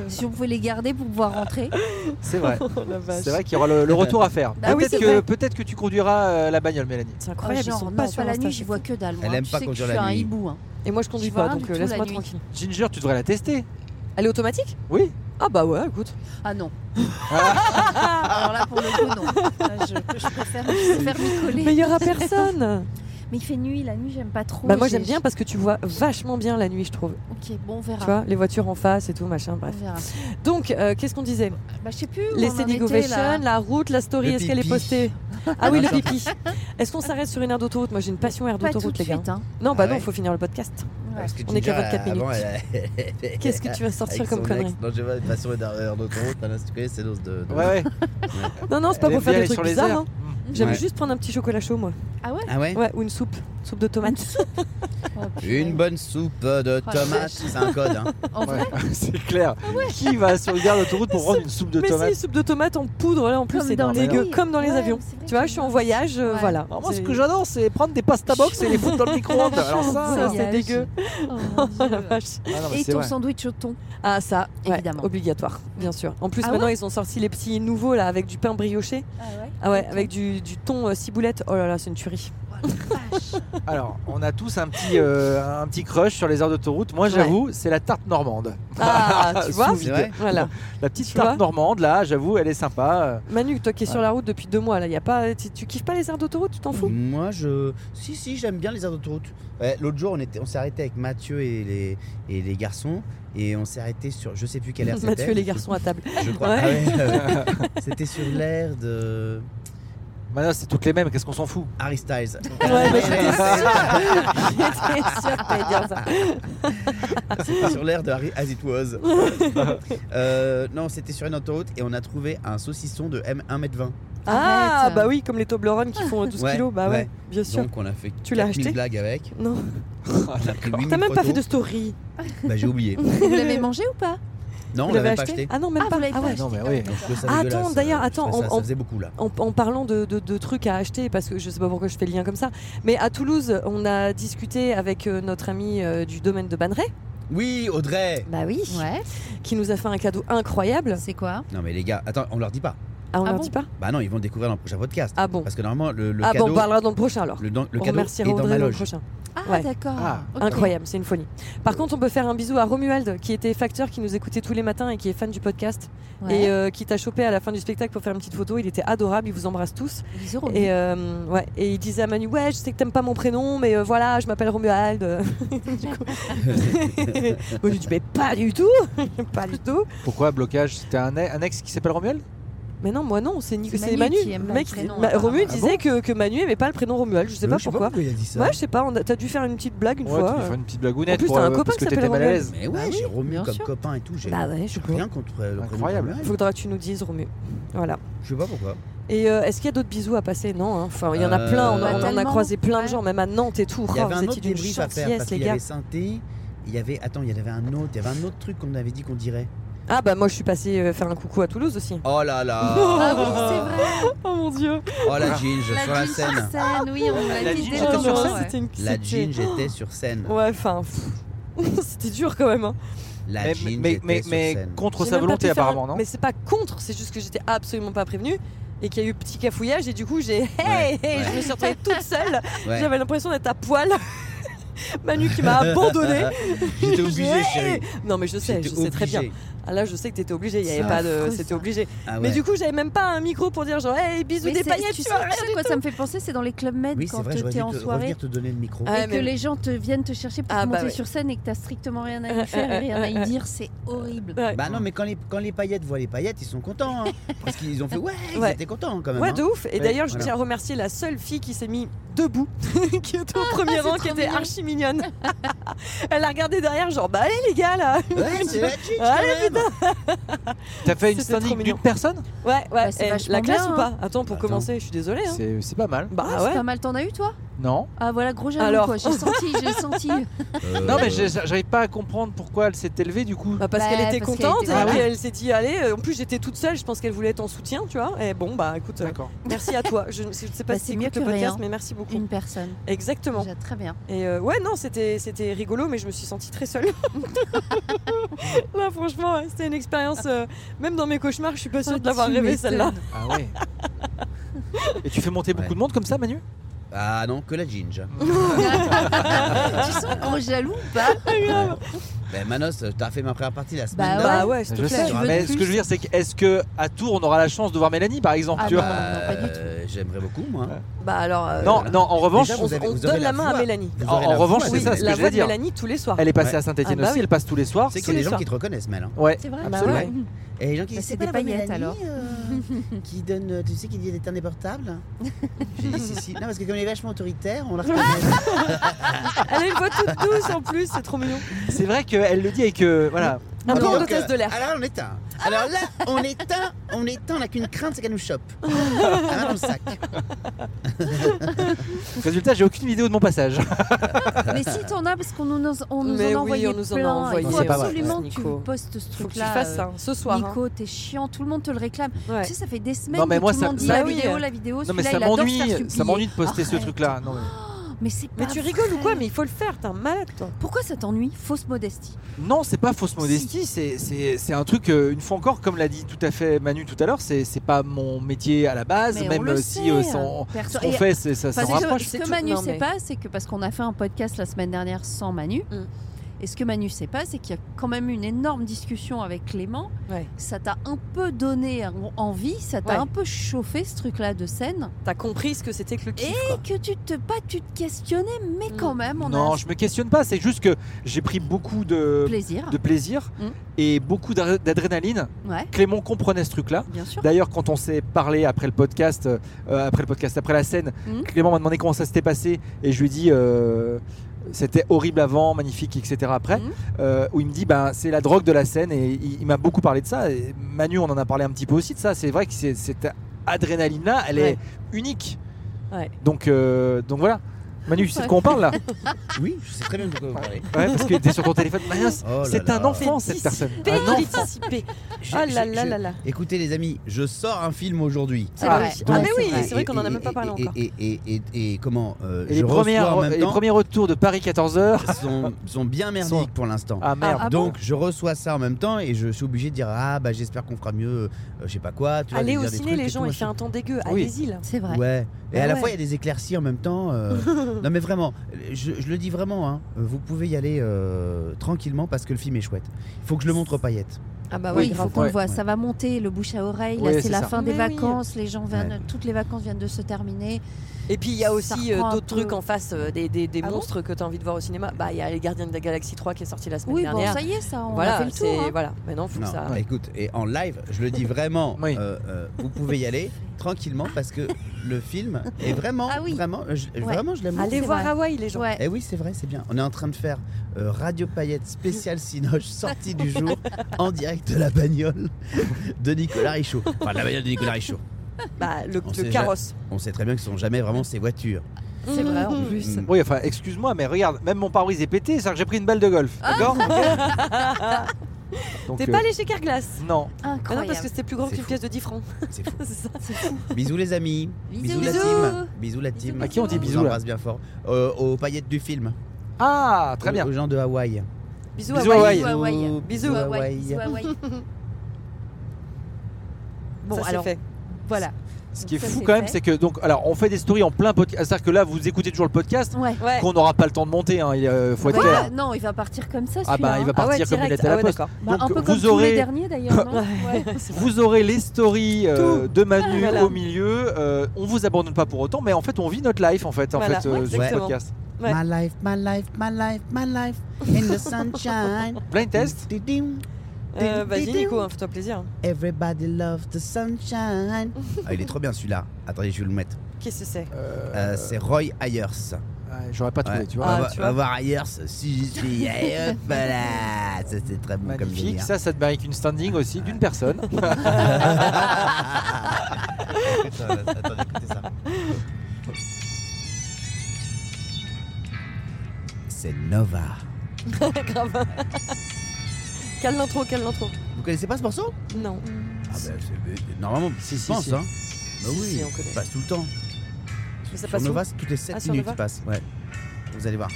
si on pouvait les garder pour pouvoir rentrer. euh, C'est vrai. Oh, la vache. C'est vrai qu'il y aura le, le retour à faire. Ah oui, peut-être c'est que, vrai. peut que tu conduiras euh, la bagnole, Mélanie. C'est Ah, incroyable. ils genre, sont non, pas sur la Insta, nuit, j'y c'est vois fou. que dalle. moi, Elle hein. aime Tu pas sais que conduire je suis la un nuit. hibou. hein. Et moi, je conduis J'y vois pas, rien donc du euh, tout laisse-moi la nuit. tranquille. Ginger, tu devrais la tester. Elle est automatique Oui. Ah bah ouais, écoute. Ah non. Alors là, pour le coup, non. Là, je, je préfère, je préfère m'y coller. Mais il y aura personne. Mais il fait nuit, la nuit, j'aime pas trop. Bah moi, J'ai- j'aime bien parce que tu vois vachement bien la nuit, je trouve. Ok, bon, on verra. Tu vois, les voitures en face et tout, machin, on bref. verra. Donc, euh, qu'est-ce qu'on disait Bah, je sais plus. où Les on en standing était, ovation, là. la route, la story, Le est-ce qu'elle est pipi. postée Ah oui, le Non, je- pipi. Est-ce qu'on s'arrête sur une aire d'autoroute Moi, j'ai une passion aire Pas tout d'autoroute, de les gars. suite. hein. Non, bah Ah non, ouais faut finir le podcast. Ouais. Parce que On est qu'à Ginger, 24 minutes. avant, elle- elle- Qu'est-ce que tu vas sortir avec comme son connerie ex, Non, je vais passer d'un heure d'autoroute. là, si tu connais, c'est l'os de. de- Ouais, ouais. Non, non, c'est pas Elle aime pour faire bien des aller trucs sur les bizarres. airs. Mmh. hein. J'aime Ouais. juste prendre un petit chocolat chaud, moi. Ah ouais Ah ouais Ouais, ou une soupe. Soupe de tomate. Oh, purée. Une bonne soupe de Oh, tomates, c'est un code. Hein. En vrai, c'est clair. Qui va sur une gare d'autoroute pour prendre une soupe de Mais tomate si, soupe de tomate en poudre, là, en plus, Comme c'est dans les dégueu. avions. Comme dans les Ouais, avions. c'est vrai Tu vois, que- je suis en voyage, euh, Ouais. voilà. Alors moi, ce C'est- que j'adore, c'est prendre des pasta box et les foutre dans le micro-ondes. Alors ça, Ça, ah c'est dégueu. Oh, Oh mon la Dieu. vache. non, mais Et Ah, bah, c'est ton vrai. sandwich au thon. Ah, ça, ouais, Évidemment. obligatoire, bien sûr. En plus, Ah maintenant, ils ont sorti les petits nouveaux, là, avec du pain brioché. Ah ouais, avec du, du thon euh, ciboulette. Oh là là, c'est une tuerie. Alors, on a tous un petit, euh, un petit crush sur les aires d'autoroute. Moi, Ouais. j'avoue, c'est la tarte normande. Ah, tu vois Sous C'est vide. vrai Voilà. La petite Tu tarte vois normande, là, j'avoue, elle est sympa. Euh, Manu, toi qui es sur la route depuis deux mois, là, y a pas, tu, tu kiffes pas les aires d'autoroute, tu t'en fous Moi, je. Si, si, j'aime bien les aires d'autoroute. Ouais, L'autre jour, on, était... on s'est arrêté avec Mathieu et les... et les garçons. Et on s'est arrêté sur. Je sais plus quelle aire c'était. Ah Mathieu et les garçons à table. Je crois. Ouais. Ah ouais, euh, c'était sur l'air de. Manos, c'est toutes les mêmes, qu'est-ce qu'on s'en fout Harry Styles. Ouais, mais j'étais sûre. J'étais sûre que t'allais dire ça. C'était sur l'air de Harry As It Was. Euh, non, c'était sur une autoroute et on a trouvé un saucisson de M 1m20. Ah, Arrête. bah oui, comme les Toblerones qui font euh, 12 Ouais, kilos. Bah ouais, ouais. bien sûr. Donc on a fait Tu l'as 4000 acheté blagues avec. non, J'ai pris 8000 t'as même pas photos. fait de story. Bah j'ai oublié. Vous l'avez mangé ou pas Non, on Vous l'avait l'avez pas acheté. Ah non, même Ah, pas. vous l'avez Ah pas ouais. acheté. Non, mais d'accord, oui. d'accord. Je trouvais ça Ah, dégueulasse, attends, d'ailleurs, euh, je attends, trouvais ça, on- ça faisait beaucoup là. En, en parlant de, de- de trucs à acheter, parce que je sais pas pourquoi je fais le lien comme ça, mais à Toulouse, on a discuté avec euh, notre ami euh, du domaine de Banneret, Oui, Audrey. bah oui, Ouais, qui nous a fait un cadeau incroyable. c'est quoi Non mais les gars, attends, on leur dit pas. Ah, on Ah leur bon dit pas Bah non, ils vont le découvrir dans le prochain podcast. Ah bon Parce que normalement le, le Ah bon, cadeau, on parlera dans le prochain alors. le, dans- le on cadeau est remerciera dans Audrey ma dans le loge. prochain. Ah, Ouais. d'accord. Ah, Ok. Incroyable, c'est une folie. Par contre, on peut faire un bisou à Romuald, qui était facteur, qui nous écoutait tous les matins et qui est fan du podcast, Ouais. et euh, qui t'a chopé à la fin du spectacle pour faire une petite photo. Il était adorable, il vous embrasse tous. Ils auront Et, euh, ouais, et il disait à Manu, ouais, je sais que t'aimes pas mon prénom, mais euh, voilà, je m'appelle Romuald. Du coup- Moi, j'ai dit, mais pas du tout, pas du tout. Pourquoi blocage C'était un, un ex qui s'appelle Romuel Mais non, moi non, c'est Ni- C'est c'est Manu. Manu qui aime Le pas mec, le prénom, Ma- apparemment. Romuald Ah disait que, que Manu aimait pas le prénom Romuald, je sais Euh, pas je sais pourquoi. il a dit ça. Moi, je sais pas, on a- t'as dû faire une petite blague une Ouais, fois. tu fais euh. une petite blagounette En plus, pour, t'as un euh, copain parce qui que t'étais s'appelle mal à l'aise. Mais Bah ouais, oui, j'ai Romu bien comme sûr. copain et tout. J'ai Bah ouais, je j'ai crois. rien contre le prénom Incroyable. Romuald. Faudra que tu nous dises, Romu. Voilà. Je sais pas pourquoi. Et euh, est-ce qu'il y a d'autres bisous à passer Non, hein. enfin il y en a Euh, plein, on, bah, a- on en a tellement. croisé plein de Ouais. gens, même à Nantes et tout. Il y Oh, avait un vous autre étiez d'une débrief à faire parce gentillesse, les qu'il y gars. avait Synthé, il y avait attends, il y en avait un autre, il y avait un autre truc qu'on avait dit qu'on dirait. Ah bah moi je suis passé faire un coucou à Toulouse aussi. Oh là là Ah oui, c'est vrai. Oh mon dieu Oh la Ginge sur la jean scène. sur scène, oui, on l'a La dit jean dès sur le scène. lendemain, ouais. c'était une La c'était- Oh. Ginge était sur scène. Ouais, enfin pff, c'était dur quand même. hein. La Mais, Ginge mais- était mais- sur mais scène. contre J'ai sa même pas volonté pu faire un- apparemment, non Mais c'est pas contre, c'est juste que j'étais absolument pas prévenue et qu'il y a eu petit cafouillage et du coup j'ai hey, hey, ouais. je me suis retrouvée toute seule. Ouais. J'avais l'impression d'être à poil. Manu qui m'a abandonnée. J'étais obligé, Hey chérie. Non mais je sais, J'étais je sais très bien. obligé. Ah là, je sais que t'étais obligé, il y C'est avait pas de, affreux, c'était ça. obligé. Ah Mais ouais. du coup, j'avais même pas un micro pour dire genre, hey, bisous Mais des c'est- paillettes, tu tu sais, vois. tu sais à quoi ça me fait penser, c'est dans les club med Oui, c'est quand vrai, tu j'aurais dû t'es en te soirée revenir te donner le micro. Ah, et que mais- les gens te viennent te chercher pour Ah, te bah monter ouais. sur scène et que t'as strictement rien à y faire et rien à y dire, c'est horrible. Euh, Ouais. Bah non, mais quand les, quand les paillettes voient les paillettes, ils sont contents. hein. parce qu'ils ont fait ouais, ils Ouais. étaient contents quand même. Ouais, hein. de ouf. Et Ouais, d'ailleurs, je voilà. tiens à remercier la seule fille qui s'est mise debout, qui était au premier Ah, c'est rang, trop qui était mignon. archi mignonne. Elle a regardé derrière, genre, bah allez les gars là. Ouais, c'est la Ginge quand Allez, même. T'as fait une C'était trop standing mignon. d'une personne Ouais, ouais. Bah, c'est eh, vachement la classe bien, ou pas Attends, pour Attends. commencer, je suis désolée. hein. C'est c'est pas mal. Ah, Bah c'est ouais. pas mal, t'en as eu toi Non. Ah voilà, gros jaloux Alors. quoi, j'ai senti, j'ai senti. Euh, Non, mais j'ai- j'arrive pas à comprendre pourquoi elle s'est élevée du coup. Bah, parce Bah, qu'elle était parce qu'elle contente était- et Ah puis ouais. elle s'est dit allez euh, en plus j'étais toute seule je pense qu'elle voulait être en soutien tu vois et bon bah écoute euh, D'accord. merci à toi je ne je ne sais pas Bah, si c'est c'est mieux mieux le que podcast rien. Mm. mais merci beaucoup Une personne, exactement déjà très bien. Et euh, ouais, non, c'était c'était rigolo, mais je me suis sentie très seule. Là, franchement, ouais, c'était une expérience. euh, même dans mes cauchemars, je suis pas sûre de l'avoir Tu rêvé m'étonnes. celle-là. Ah ouais. Et tu fais monter beaucoup Ouais. de monde comme ça, Manu Ah non, que la Ginge. tu sens gros jaloux ou pas Ben Manos, t'as fait ma première partie la semaine Bah dernière. Bah ouais, s'il te Je plaît. sais, Tu veux mais de ce que plus je veux dire, c'est que est-ce que à Tours on aura la chance de voir Mélanie par exemple Ah tu vois bah. non, pas du tout. Euh, J'aimerais beaucoup, moi. Bah alors, euh, Non, non, en revanche, Déjà, on, vous avez- on vous donne aurez la, main voix. à Mélanie. Vous En- aurez en la revanche, voix, c'est Oui, ça, Mélanie. ce que la je voix veux de dire. Mélanie tous les soirs. Elle est passée Ouais. à Saint-Etienne Ah bah aussi, oui. elle passe tous les soirs. C'est tous qu'il y a les des gens soirs. qui te reconnaissent, Mel. hein. Ouais. C'est vrai Ah bah c'est ouais. vrai. Et les gens qui Bah, disent c'est c'est des pas la bonne paillettes, Mélanie, alors. euh, qui donne euh, tu sais qui dit des déportables J'ai dit si si. Non parce que comme elle est vachement autoritaire, on la reconnaît. Elle a une voix toute douce en plus, c'est trop mignon. C'est vrai qu'elle le dit et que voilà. Un peu Alors en que- hôtesse de l'air. Alors on éteint. Alors là, on éteint, on éteint, on n'a qu'une crainte c'est qu'elle nous chope. La main dans le sac. Résultat, j'ai aucune vidéo de mon passage. Mais si t'en as, parce qu'on nous, en- on nous Mais oui, en a envoyé on nous en a plein. envoyé, Il faut c'est pas vrai. absolument que tu Nico. postes ce Faut que tu truc-là. fasses ça euh, hein, ce soir. hein. Nico, t'es chiant, tout le monde te le réclame. Ouais. Tu sais, ça fait des semaines Non, mais que moi, tout ça- Ah le monde dit ça- la oui. vidéo, la vidéo. Non mais celui-là, ça il adore se faire m'ennuie, ça supplier. m'ennuie de poster ce Arrête. truc là. Non mais, Mais c'est pas Mais tu rigoles vrai. ou quoi Mais il faut le faire, t'es un malade toi. Pourquoi ça t'ennuie Fausse modestie. non, c'est pas fausse modestie, c'est- c'est c'est un truc euh, une fois encore comme l'a dit tout à fait Manu tout à l'heure, c'est c'est pas mon métier à la base, Mais on même le si euh, sait. hein. sans- Perso- ce qu'on et- fait c'est- ça Enfin, s'en c'est que- rapproche. ce c'est que tout- Manu non, sait mais- pas, c'est que parce qu'on a fait un podcast la semaine dernière sans Manu, Mm. Et ce que Manu sait pas, c'est qu'il y a quand même une énorme discussion avec Clément. Ouais. Ça t'a un peu donné en- envie, ça t'a Ouais. un peu chauffé ce truc-là de scène. T'as compris ce que c'était que le kiff. Et quoi. que tu te pas tu te questionnais, mais Mm. quand même, on Non, a je me questionne pas, c'est juste que j'ai pris beaucoup de, plaisir. de plaisir Mm. et beaucoup d'adr- d'adrénaline. Ouais, Clément comprenait ce truc-là. bien sûr. D'ailleurs, quand on s'est parlé après le podcast, euh, après le podcast, après la scène, Mhm. Clément m'a demandé comment ça s'était passé et je lui ai dit euh, c'était horrible avant, magnifique, etc. Après, Mhm. euh, où il me dit bah, c'est la drogue de la scène et il, il m'a beaucoup parlé de ça. Et Manu, on en a parlé un petit peu aussi de ça. C'est vrai que c'est- cette adrénaline-là, elle Ouais. est unique. Ouais. Donc, euh, donc voilà. Manu, tu sais de quoi on parle là Oui, je sais très bien de quoi vous parlez. Ouais, parce que t'es sur ton téléphone. Bah, mince, Oh là c'est là. un enfant C'est cette personne. P, Un il est enfant. dissipé. Je- Ah je- là là je- là là. Écoutez les amis, je sors un film aujourd'hui. C'est Ah, vrai. Ah Ouais, mais c'est oui, vrai. c'est vrai qu'on en a Et- même pas et- parlé et- encore. Et, et, et- et comment euh, Et je les, premières- reçois en et même les temps premiers retours de Paris 14h. sont, sont bien merdiques pour l'instant. Ah merde. Ah, ah bon Donc je reçois ça en même temps et je suis obligé de dire ah bah j'espère qu'on fera mieux, euh, je sais pas quoi. Tu vois, Allez de au dire des ciné trucs les et gens, tout, il fait un temps dégueu. Oui. Allez-y là. C'est vrai. Ouais. Et Ah à la ouais. fois, il y a des éclaircies en même temps. euh, non, mais vraiment, je, je le dis vraiment, hein, vous pouvez y aller euh, tranquillement parce que le film est chouette. Il faut que je le montre aux paillettes. Ah bah oui, ouais, il faut grave. qu'on Ouais. le voit, ça va monter, le bouche à oreille. Ouais, là, c'est c'est la ça. fin des Mais oui. vacances, les gens viennent, Ouais. toutes les vacances viennent de se terminer. Et puis il y a Ça aussi euh, reprend un d'autres peu. trucs en face, euh, des, des, des Ah bon monstres que t'as envie de voir au cinéma. Bah il y a les Gardiens de la Galaxie 3 qui est sorti la semaine Oui, bon, dernière. ça y est, ça, on a fait voilà, le c'est tour. hein. voilà. Maintenant faut que Non, ça. bah, écoute, et en live, je le dis vraiment, Oui. euh, euh, vous pouvez y aller tranquillement parce que le film est vraiment, Ah oui. vraiment, je, Ouais. vraiment, je l'aime beaucoup. Allez c'est voir vrai. Hawaï les gens. Ouais. Eh oui, c'est vrai, c'est bien. On est en train de faire euh, Radio Paillette spécial Cinoche, sortie du jour, en direct de la bagnole de Nicolas Richaud. Enfin, de la bagnole de Nicolas Richaud. Bah le, On le sait jamais. carrosse. On sait très bien que ce sont jamais vraiment ses voitures. C'est vrai, en Mmh. plus. Mm. Oui, enfin, excuse-moi, mais regarde, même mon pare-brise est pété, c'est-à-dire que j'ai pris une balle de golf. Ah. D'accord Donc, T'es euh, pas allé chez Carglass Non. Ah non Incroyable. parce que c'était plus grand C'est qu'une fou. pièce de 10 francs. C'est fou. C'est ça. Bisous les amis. Bisous. la Bisous. team. Bisous la team. À qui on dit vous bisous, là embrasse bien fort. Euh, aux paillettes du film. Ah, très Aux- bien. Aux gens de Hawaï. Bisous, Bisous, Hawaï. Hawaï. Bisous, Hawaï. Bisous, Bisous, Hawaï, Hawaï. bisous, Hawaï. Bon Ça, c'est alors fait. Voilà. Ce qui est Ça, fou c'est quand même, fait. c'est que, donc, alors, on fait des stories en plein podcast. C'est-à-dire que là, vous écoutez toujours le podcast, Ouais. Ouais. qu'on n'aura pas le temps de monter, hein, il euh, faut être Quoi clair. non, il va partir comme ça, celui-là. Ah bah, il va hein. Ah ouais, partir comme il direct. était à Ah la ouais, poste. d'accord. Bah, un donc, peu comme vous tous aurez- les derniers, d'ailleurs. non Ouais. Vous aurez les stories euh, de Manu Voilà. au milieu. euh, on vous abandonne pas pour autant, mais en fait, on vit notre life en fait, en Voilà. fait euh, Ouais, sur le exactement. podcast. Ouais. My life, my life, my life, my life. In the sunshine. Blind test. Ding, Euh, Vas-y Ding, ding. Nico, hein, fais-toi plaisir. Everybody loves the sunshine. Ah, il est trop bien celui-là. Attendez, je vais vous le mettre. Qu'est-ce que c'est Euh, Euh, c'est Roy Ayers. ouais, J'aurais pas trouvé, Ouais. tu on, vois. Ah, va, tu on vois. va voir Ayers si j'y suis. Et hop là. Ça, c'est très bon bah, comme Magnifique. délire. Ça, ça te mérite une standing aussi d'une personne. Attends, attendez, écoutez ça. C'est Nova. Grave. Calme l'intro, calme l'intro. Vous connaissez pas ce morceau Non. ah bah, c'est- Normalement, Si, je si, pense. si. Hein. Bah Si, oui, si, on connaît. il passe tout le temps. Mais ça Sur passe où Nova, c'est toutes les 7 Ah, sur minutes Nova il passe. Ouais. Vous allez voir.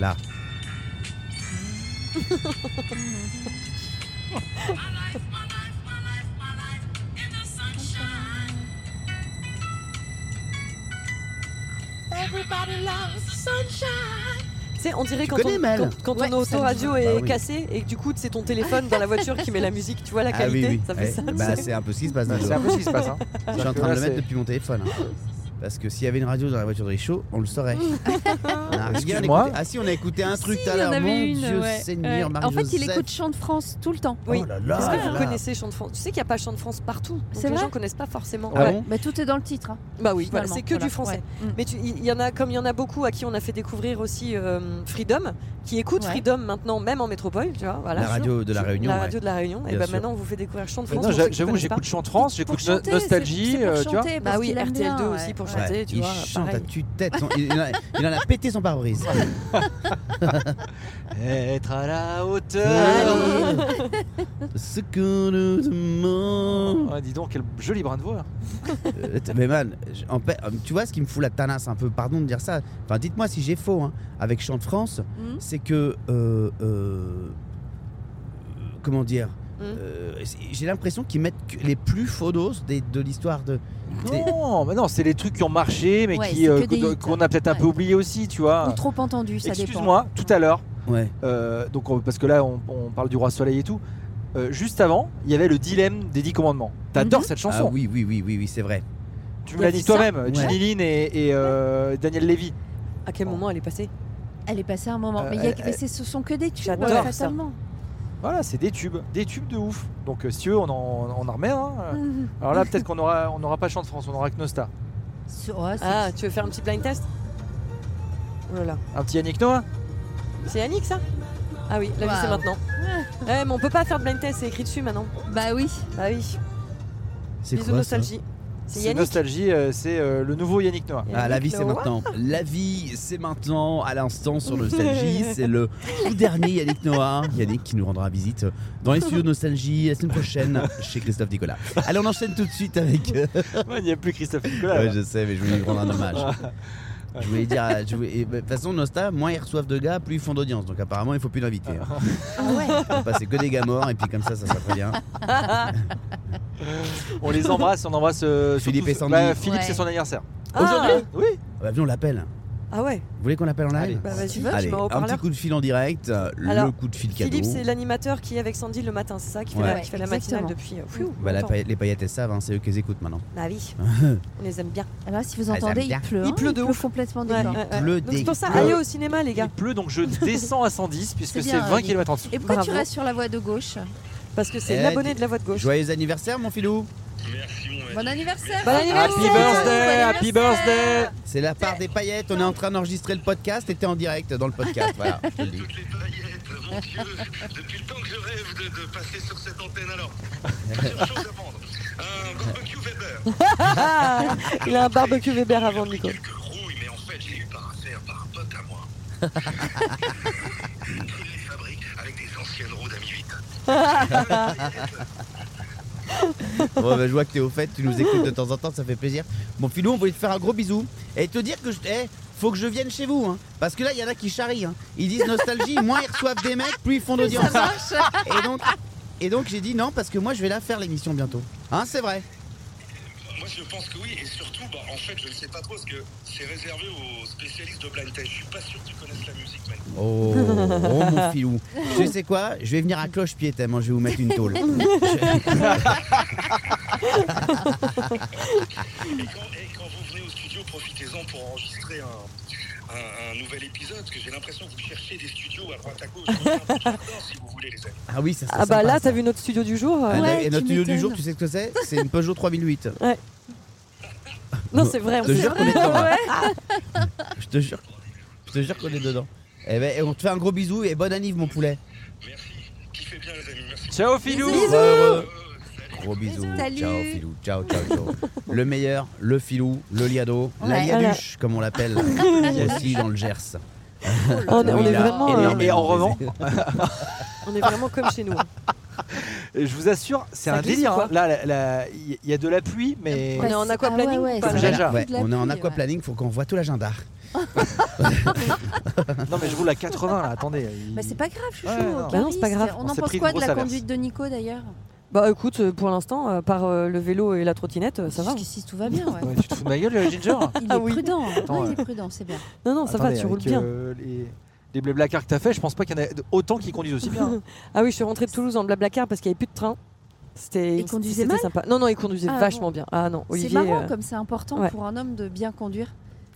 Là. Tu sais, on dirait Tu quand, connais, on, Mel quand, quand Ouais, ton autoradio ça me dit. est Bah oui. cassé et que du coup c'est ton téléphone dans la voiture qui met la musique, tu vois la Ah qualité, oui, oui. ça fait Eh, ça. tu bah, sais. c'est un peu ce qui se passe. Ouais, dis C'est donc. un peu ce qui se passe. hein. Je suis en train de le mettre depuis mon téléphone. hein. Parce que s'il y avait une radio dans la voiture de Richaud, on le saurait. On a rien Excuse-moi. écouté. Ah si, on a écouté un truc Si, tout à il y en l'heure. avait Mon une, Dieu ouais. Seigneur, Ouais. Marie En fait, il écoute Chant de France tout le temps. Oui. Oh là là. Parce que vous là. connaissez Chant de France. Tu sais qu'il n'y a pas Chant de France partout. donc C'est les vrai gens connaissent pas forcément. Ah Ouais. bon Bah, tout est dans le titre. hein, Bah oui, voilà, finalement. c'est que Voilà. du français. Ouais. Mm. Mais tu- il y, en a comme il y en a beaucoup à qui on a fait découvrir aussi euh, Freedom, qui écoute Ouais. Freedom maintenant même en métropole, tu vois. Voilà. La radio de la Réunion. La ouais. radio de la Réunion. et Bien bah sûr. maintenant on vous fait découvrir Chant de Mais France. non, pour ceux qui j'avoue, connaissent pas. j'écoute Chante France, Pour j'écoute No- chanter, c'est- Nostalgie, c'est pour euh, tu vois. chanter, parce Bah oui, qu'il aime bien, RTL2 ouais. aussi pour Ouais. chanter, tu il vois. chante à pareil. Ah, tue-tête. son- Il, il en a- il en a pété son pare-brise. Être à la bah Ah hauteur. Ce que nous demandons. Ouais, Ah, dis donc, quel joli brin de voix. Euh, Mais man, je- en pa- tu vois ce qui me fout la tanasse un peu, pardon de dire ça. Enfin, dites-moi si j'ai faux hein, avec Hmm. Chant de France, Mm. c'est que. euh, euh, comment dire Hmm. euh, c'est- j'ai l'impression qu'ils mettent que les plus faux dos des- de l'histoire de. des- Non, mais non, c'est les trucs qui ont marché, mais Ouais, qui c'est euh, que des qu'on- hits. qu'on a peut-être un peu Ouais. oublié aussi, tu vois. Ou trop entendu, ça dépend. Excuse-moi, tout à l'heure, Ouais. euh, donc on- parce que là on, on parle du roi soleil et tout. euh, juste avant, il y avait le dilemme des dix commandements. T'adores cette chanson Ah oui, oui, oui, oui, oui c'est vrai. Mhm. Il Tu me y l'as avait dit ça. toi-même, Ouais. Ginny Lynn et, et, euh, Daniel Levy. À quel moment elle est passée Elle est passée un moment. Euh, mais il y a- elle- mais c'est- ce sont que des tubes, J'adore ouais, ça. fatalement. Voilà, c'est des tubes, des tubes de ouf. Donc euh, si eux, on en, on en remet. hein. Mhm. Alors là, peut-être qu'on aura, on n'aura pas Chant de France, on aura que Nosta. So- ouais, oh, c'est- Ah, tu veux faire un petit blind test Oh là là. Un petit Yannick Noah C'est Yannick ça Ah oui, la vie c'est Waouh. maintenant. Ouais, mais on peut pas faire de blind test, c'est écrit dessus maintenant. Bah oui. Ah oui. C'est Bisous quoi ça nostalgie. C'est C'est Yannick. Nostalgie, euh, c'est euh, le nouveau Yannick Noah. Ah, la vie c'est Noah. maintenant. La vie c'est maintenant. À l'instant sur Nostalgie, c'est le tout dernier Yannick Noah. Yannick qui nous rendra visite dans les studios de Nostalgie la semaine prochaine chez Christophe Nicolas. Allez, on enchaîne tout de suite avec. Ouais, Il n'y a plus Christophe Nicolas. Ouais, là. je sais, mais je voulais lui rendre un hommage. Je voulais dire, à- je voulais- et bah, de toute façon, Nosta, moins ils reçoivent de gars, plus ils font d'audience. Donc apparemment, il faut plus l'inviter. Ah. hein. Ah On va passer que des gars morts, et puis comme ça, ça sera très bien. Ah, On les embrasse, on embrasse euh, Philippe surtout- et Sandy. Bah, Philippe, Ouais. c'est son anniversaire. Ah. Aujourd'hui Oui. Ah bah, venez, on l'appelle. Ah ouais. Vous voulez qu'on l'appelle en Allez. live Bah vas-y, Allez, tu m'as au un petit parleur. coup de fil en direct, euh, le Alors, coup de fil cadeau. Philippe, c'est l'animateur qui est avec Sandy le matin, c'est ça qui fait, Ouais. la, qui fait la matinale Exactement. depuis. euh, pfiou, Bah, la longtemps. paille- les paillettes, elles savent, hein, c'est eux qui les écoutent maintenant. Bah oui, on les aime bien. Alors bah, si vous Ah, ça entendez, me il garde. pleut. Il hein, pleut de ouf. complètement des Ouais, nues. ouais, ouais. pleut Donc des c'est pour ça, gueules. allez au cinéma les Il gars, pleut donc je descends à 110 puisque C'est c'est bien, 20 Rémi. km en dessous. Et pourquoi tu Bravo. restes sur la voie de gauche parce que c'est Eh, l'abonné de la voix de gauche. Joyeux anniversaire, mon filou Bon anniversaire. Bon Happy anniversaire birthday, happy birthday. C'est la part des paillettes, on est en train d'enregistrer le podcast et t'es en direct dans le podcast. voilà, je te le dis. Toutes les paillettes, mon Dieu, depuis le temps que je rêve de, de passer sur cette antenne alors. Plusieurs choses à vendre. Un barbecue Weber. Ah, il a un barbecue Weber avant Nico. Quelques rouilles, mais en fait, je l'ai eu par affaire, par un pote à moi. Il les fabrique avec des anciennes roues d'Ami 8. Bon, bah, je vois que t'es au fait, tu nous écoutes de temps en temps, ça fait plaisir. Mon filou, on voulait te faire un gros bisou et te dire que je. eh, faut que je vienne chez vous, hein, parce que là, il y en a qui charrient. hein. Ils disent nostalgie, moins ils reçoivent des mecs, plus ils font d'audience. Et donc, et donc j'ai dit non, parce que moi, je vais la faire l'émission bientôt. Hein, c'est vrai. Moi, je pense que oui, et surtout, bah, en fait, je ne sais pas trop, parce que c'est réservé aux spécialistes de blind test. Je suis pas sûr qu'ils connaissent la musique, man. Oh, oh, mon filou. Tu sais quoi Je vais venir à cloche-pied, tellement je vais vous mettre une tôle. Et quand, et quand vous venez au studio, profitez-en pour enregistrer un, un- un nouvel épisode, parce que j'ai l'impression que vous cherchez des studios à droite à gauche. J'adore, si vous voulez, les amis. Ah oui, ça serait Ah bah sympa, là ça. t'as vu notre studio du jour euh, Ah, Ouais, et tu notre studio du m'étonnes. jour, tu sais ce que c'est C'est une Peugeot 3008. Non c'est vrai, on Je te s'est- jure qu'on est dedans. Je te jure. Je te jure qu'on est dedans. Eh ben, et on te fait un gros bisou et bonne anniv, mon poulet. Merci. Kiffez bien, les amis. hein Merci. Ciao Philou Sois heureux. Euh, Gros bisous. Salut. Ciao, filou. Ciao, ciao, ciao. le meilleur, le filou, le liado, la Ouais. liaduche, comme on l'appelle aussi dans le Gers. on, est- on Oui, est là, vraiment, et- euh, et- en revanche- on est vraiment comme chez nous. hein. Et Je vous assure, c'est Ça un glisse délire. ou quoi hein. Là, là, là, il y a de la pluie, mais. On est en c'est- aquaplaning ah ou ouais, ouais, pas, c'est là vrai. Ouais, De la on est en pluie, aquaplaning, faut qu'on voit tout l'agenda. Non, mais je roule à 80 là, attendez. ouais. Bah, c'est pas grave, chouchou. Ouais, non. Clarisse. Bah non, c'est pas grave. On On en s'est pense pris une quoi de grosse la averse. conduite de Nico d'ailleurs Bah écoute, euh, pour l'instant, euh, par euh, le vélo et la trottinette, euh, ça va. Jusqu'ici, tout va bien. ouais. Ouais, tu te fous de ma gueule, euh, Ginger Il Ah est oui. prudent. hein. Attends, Ouais, ouais. euh. Il est prudent, c'est bien. Non non, ça va, Attendez, tu roules avec, bien. euh, les les blablacar que t'as fait, je pense pas qu'il y en a autant qui conduisent aussi bien. Ah oui, je suis rentrée de Toulouse en blablacar parce qu'il n'y avait plus de train. C'était Il conduisait c'était mal sympa. Non non, il conduisait Ah, vachement bon. bien. Ah non, Olivier. c'est marrant euh, comme c'est important ouais. pour un homme de bien conduire.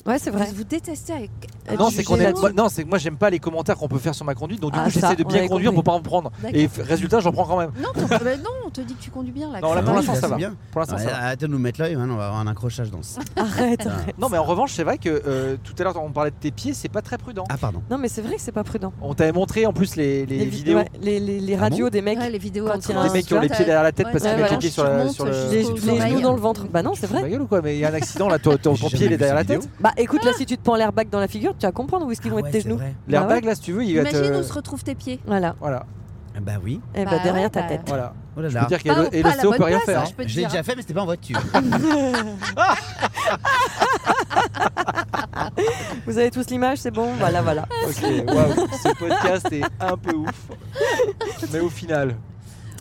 Ouais, c'est vrai. Vous, vous détestez avec. Ah, non, tu c'est juges qu'on est... là-dessus. moi- non, c'est que moi j'aime pas les commentaires qu'on peut faire sur ma conduite, donc du Ah, coup ça, j'essaie de on bien avait conduire compris. pour pas en prendre. D'accord. Et f- résultat, j'en prends quand même. Non, t'en- bah non, on te dit que tu conduis bien là. Non, là, Clarisse. pour Ah oui, l'instant, bah, ça c'est va. bien. Pour l'instant, ça va. Arrêtez de nous mettre l'œil, maintenant, on va avoir un accrochage dans ce. Arrête. Ah. Non, mais en revanche, c'est vrai que euh, tout à l'heure on parlait de tes pieds, c'est pas très prudent. Ah, pardon. Non mais c'est vrai que c'est pas prudent. On t'avait montré en plus les, les vi- vidéos. ouais, les, les- les Ah radios des mecs. Ouais, les vidéos Quand à il y a trois un Les mecs qui ont les heures, pieds derrière la tête ouais, parce ouais, qu'ils mettent voilà. les pieds sur, la- Tu sur le. remontes les, jusqu'aux les genoux oreilles. dans le ventre. Bah non, c'est Tu te fous de vrai. ma gueule ou quoi Mais il y a un accident là, ton, ton- J'ai ton jamais pied il vu est derrière la cette tête. vidéo. Bah écoute, Ah. là, si tu te prends l'airbag dans la figure, tu vas comprendre où est-ce qu'ils vont Ah être ouais, tes c'est genoux. vrai. L'airbag là, si tu veux, il va Imagine te. où se retrouvent tes pieds. Voilà. Voilà. Ah Bah oui. Et bah, Bah derrière ouais, ta bah. tête. Voilà. Oh là Je là. peux dire que Pas- le- et pas à la l'ostéo peut bonne rien place, faire. hein, hein. je peux te Je l'ai dire. déjà fait, mais c'était pas en voiture. Vous avez tous l'image, c'est bon Voilà, voilà. Ok, waouh, ce podcast est un peu ouf. Mais au final,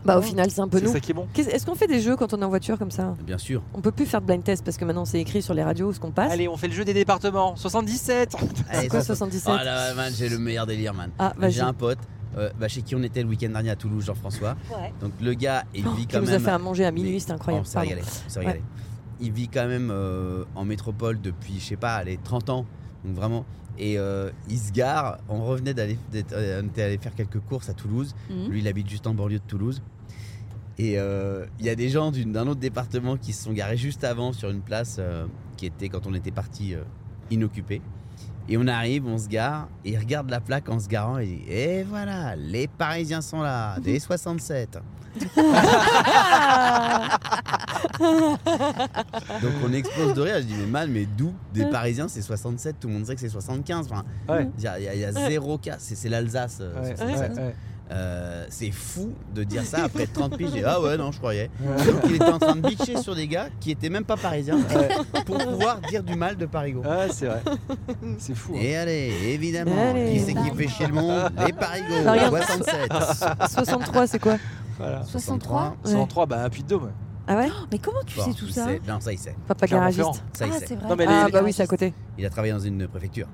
Bah, au final, c'est un peu C'est nous. ça qui est bon. Qu'est-ce- Est-ce qu'on fait des jeux quand on est en voiture comme ça Bien sûr. On peut plus faire de blind test parce que maintenant c'est écrit sur les radios ce qu'on Ah, passe. Allez, on fait le jeu des départements. 77 Allez, Quoi, ça- 77 Oh là, man, j'ai le meilleur délire, man. Ah, J'ai vas-y. un pote euh, bah, chez qui on était le week-end dernier à Toulouse, Jean-François. Ouais. Donc le gars, il Oh, vit qui quand nous même. a fait à manger à Mais- minuit, c'était Oh, incroyable. on s'est pardon. régalé, on s'est régalé. Il vit quand même euh, en métropole depuis, je sais pas, les 30 ans. Donc vraiment. Et euh, il se gare. On revenait d'aller d'être- euh, on était allé faire quelques courses à Toulouse. Mhm. Lui, il habite juste en banlieue de Toulouse. Et euh, il y a des gens d'une- d'un autre département qui se sont garés juste avant sur une place euh, qui était, quand on était parti, inoccupée. Et on arrive, on se gare, et il regarde la plaque en se garant et il dit Et voilà, les Parisiens sont là, des 67. Donc on explose de rire. Je dis Mais man, mais d'où des Parisiens c'est 67 Tout le monde sait que c'est 75. Enfin, Ouais. il y, a- il y a- il y a zéro cas. C'est c'est l'Alsace. euh, Ouais, 67. ouais, ouais. Euh, c'est fou de dire ça après 30 piges. J'ai ah ouais, non, je croyais. Ouais. Donc il était en train de bitcher sur des gars qui étaient même pas parisiens pour pouvoir dire du mal de Parigo. Ouais, c'est vrai. C'est fou. hein. Et allez, évidemment, Allez. qui c'est qui fait chier le monde Les Parigo, Non, Bah, regarde. 67. 63, c'est quoi Voilà. 63 Ouais. 103, bah, puis de Dôme. Ah ouais Mais comment tu Bon, sais tout il ça sait. Non, ça il sait. Papa Clermont-Ferrand. garagiste. Ça, il Ah, sait. c'est vrai. Non, mais Ah les- bah oui, c'est à côté. Il a travaillé dans une préfecture.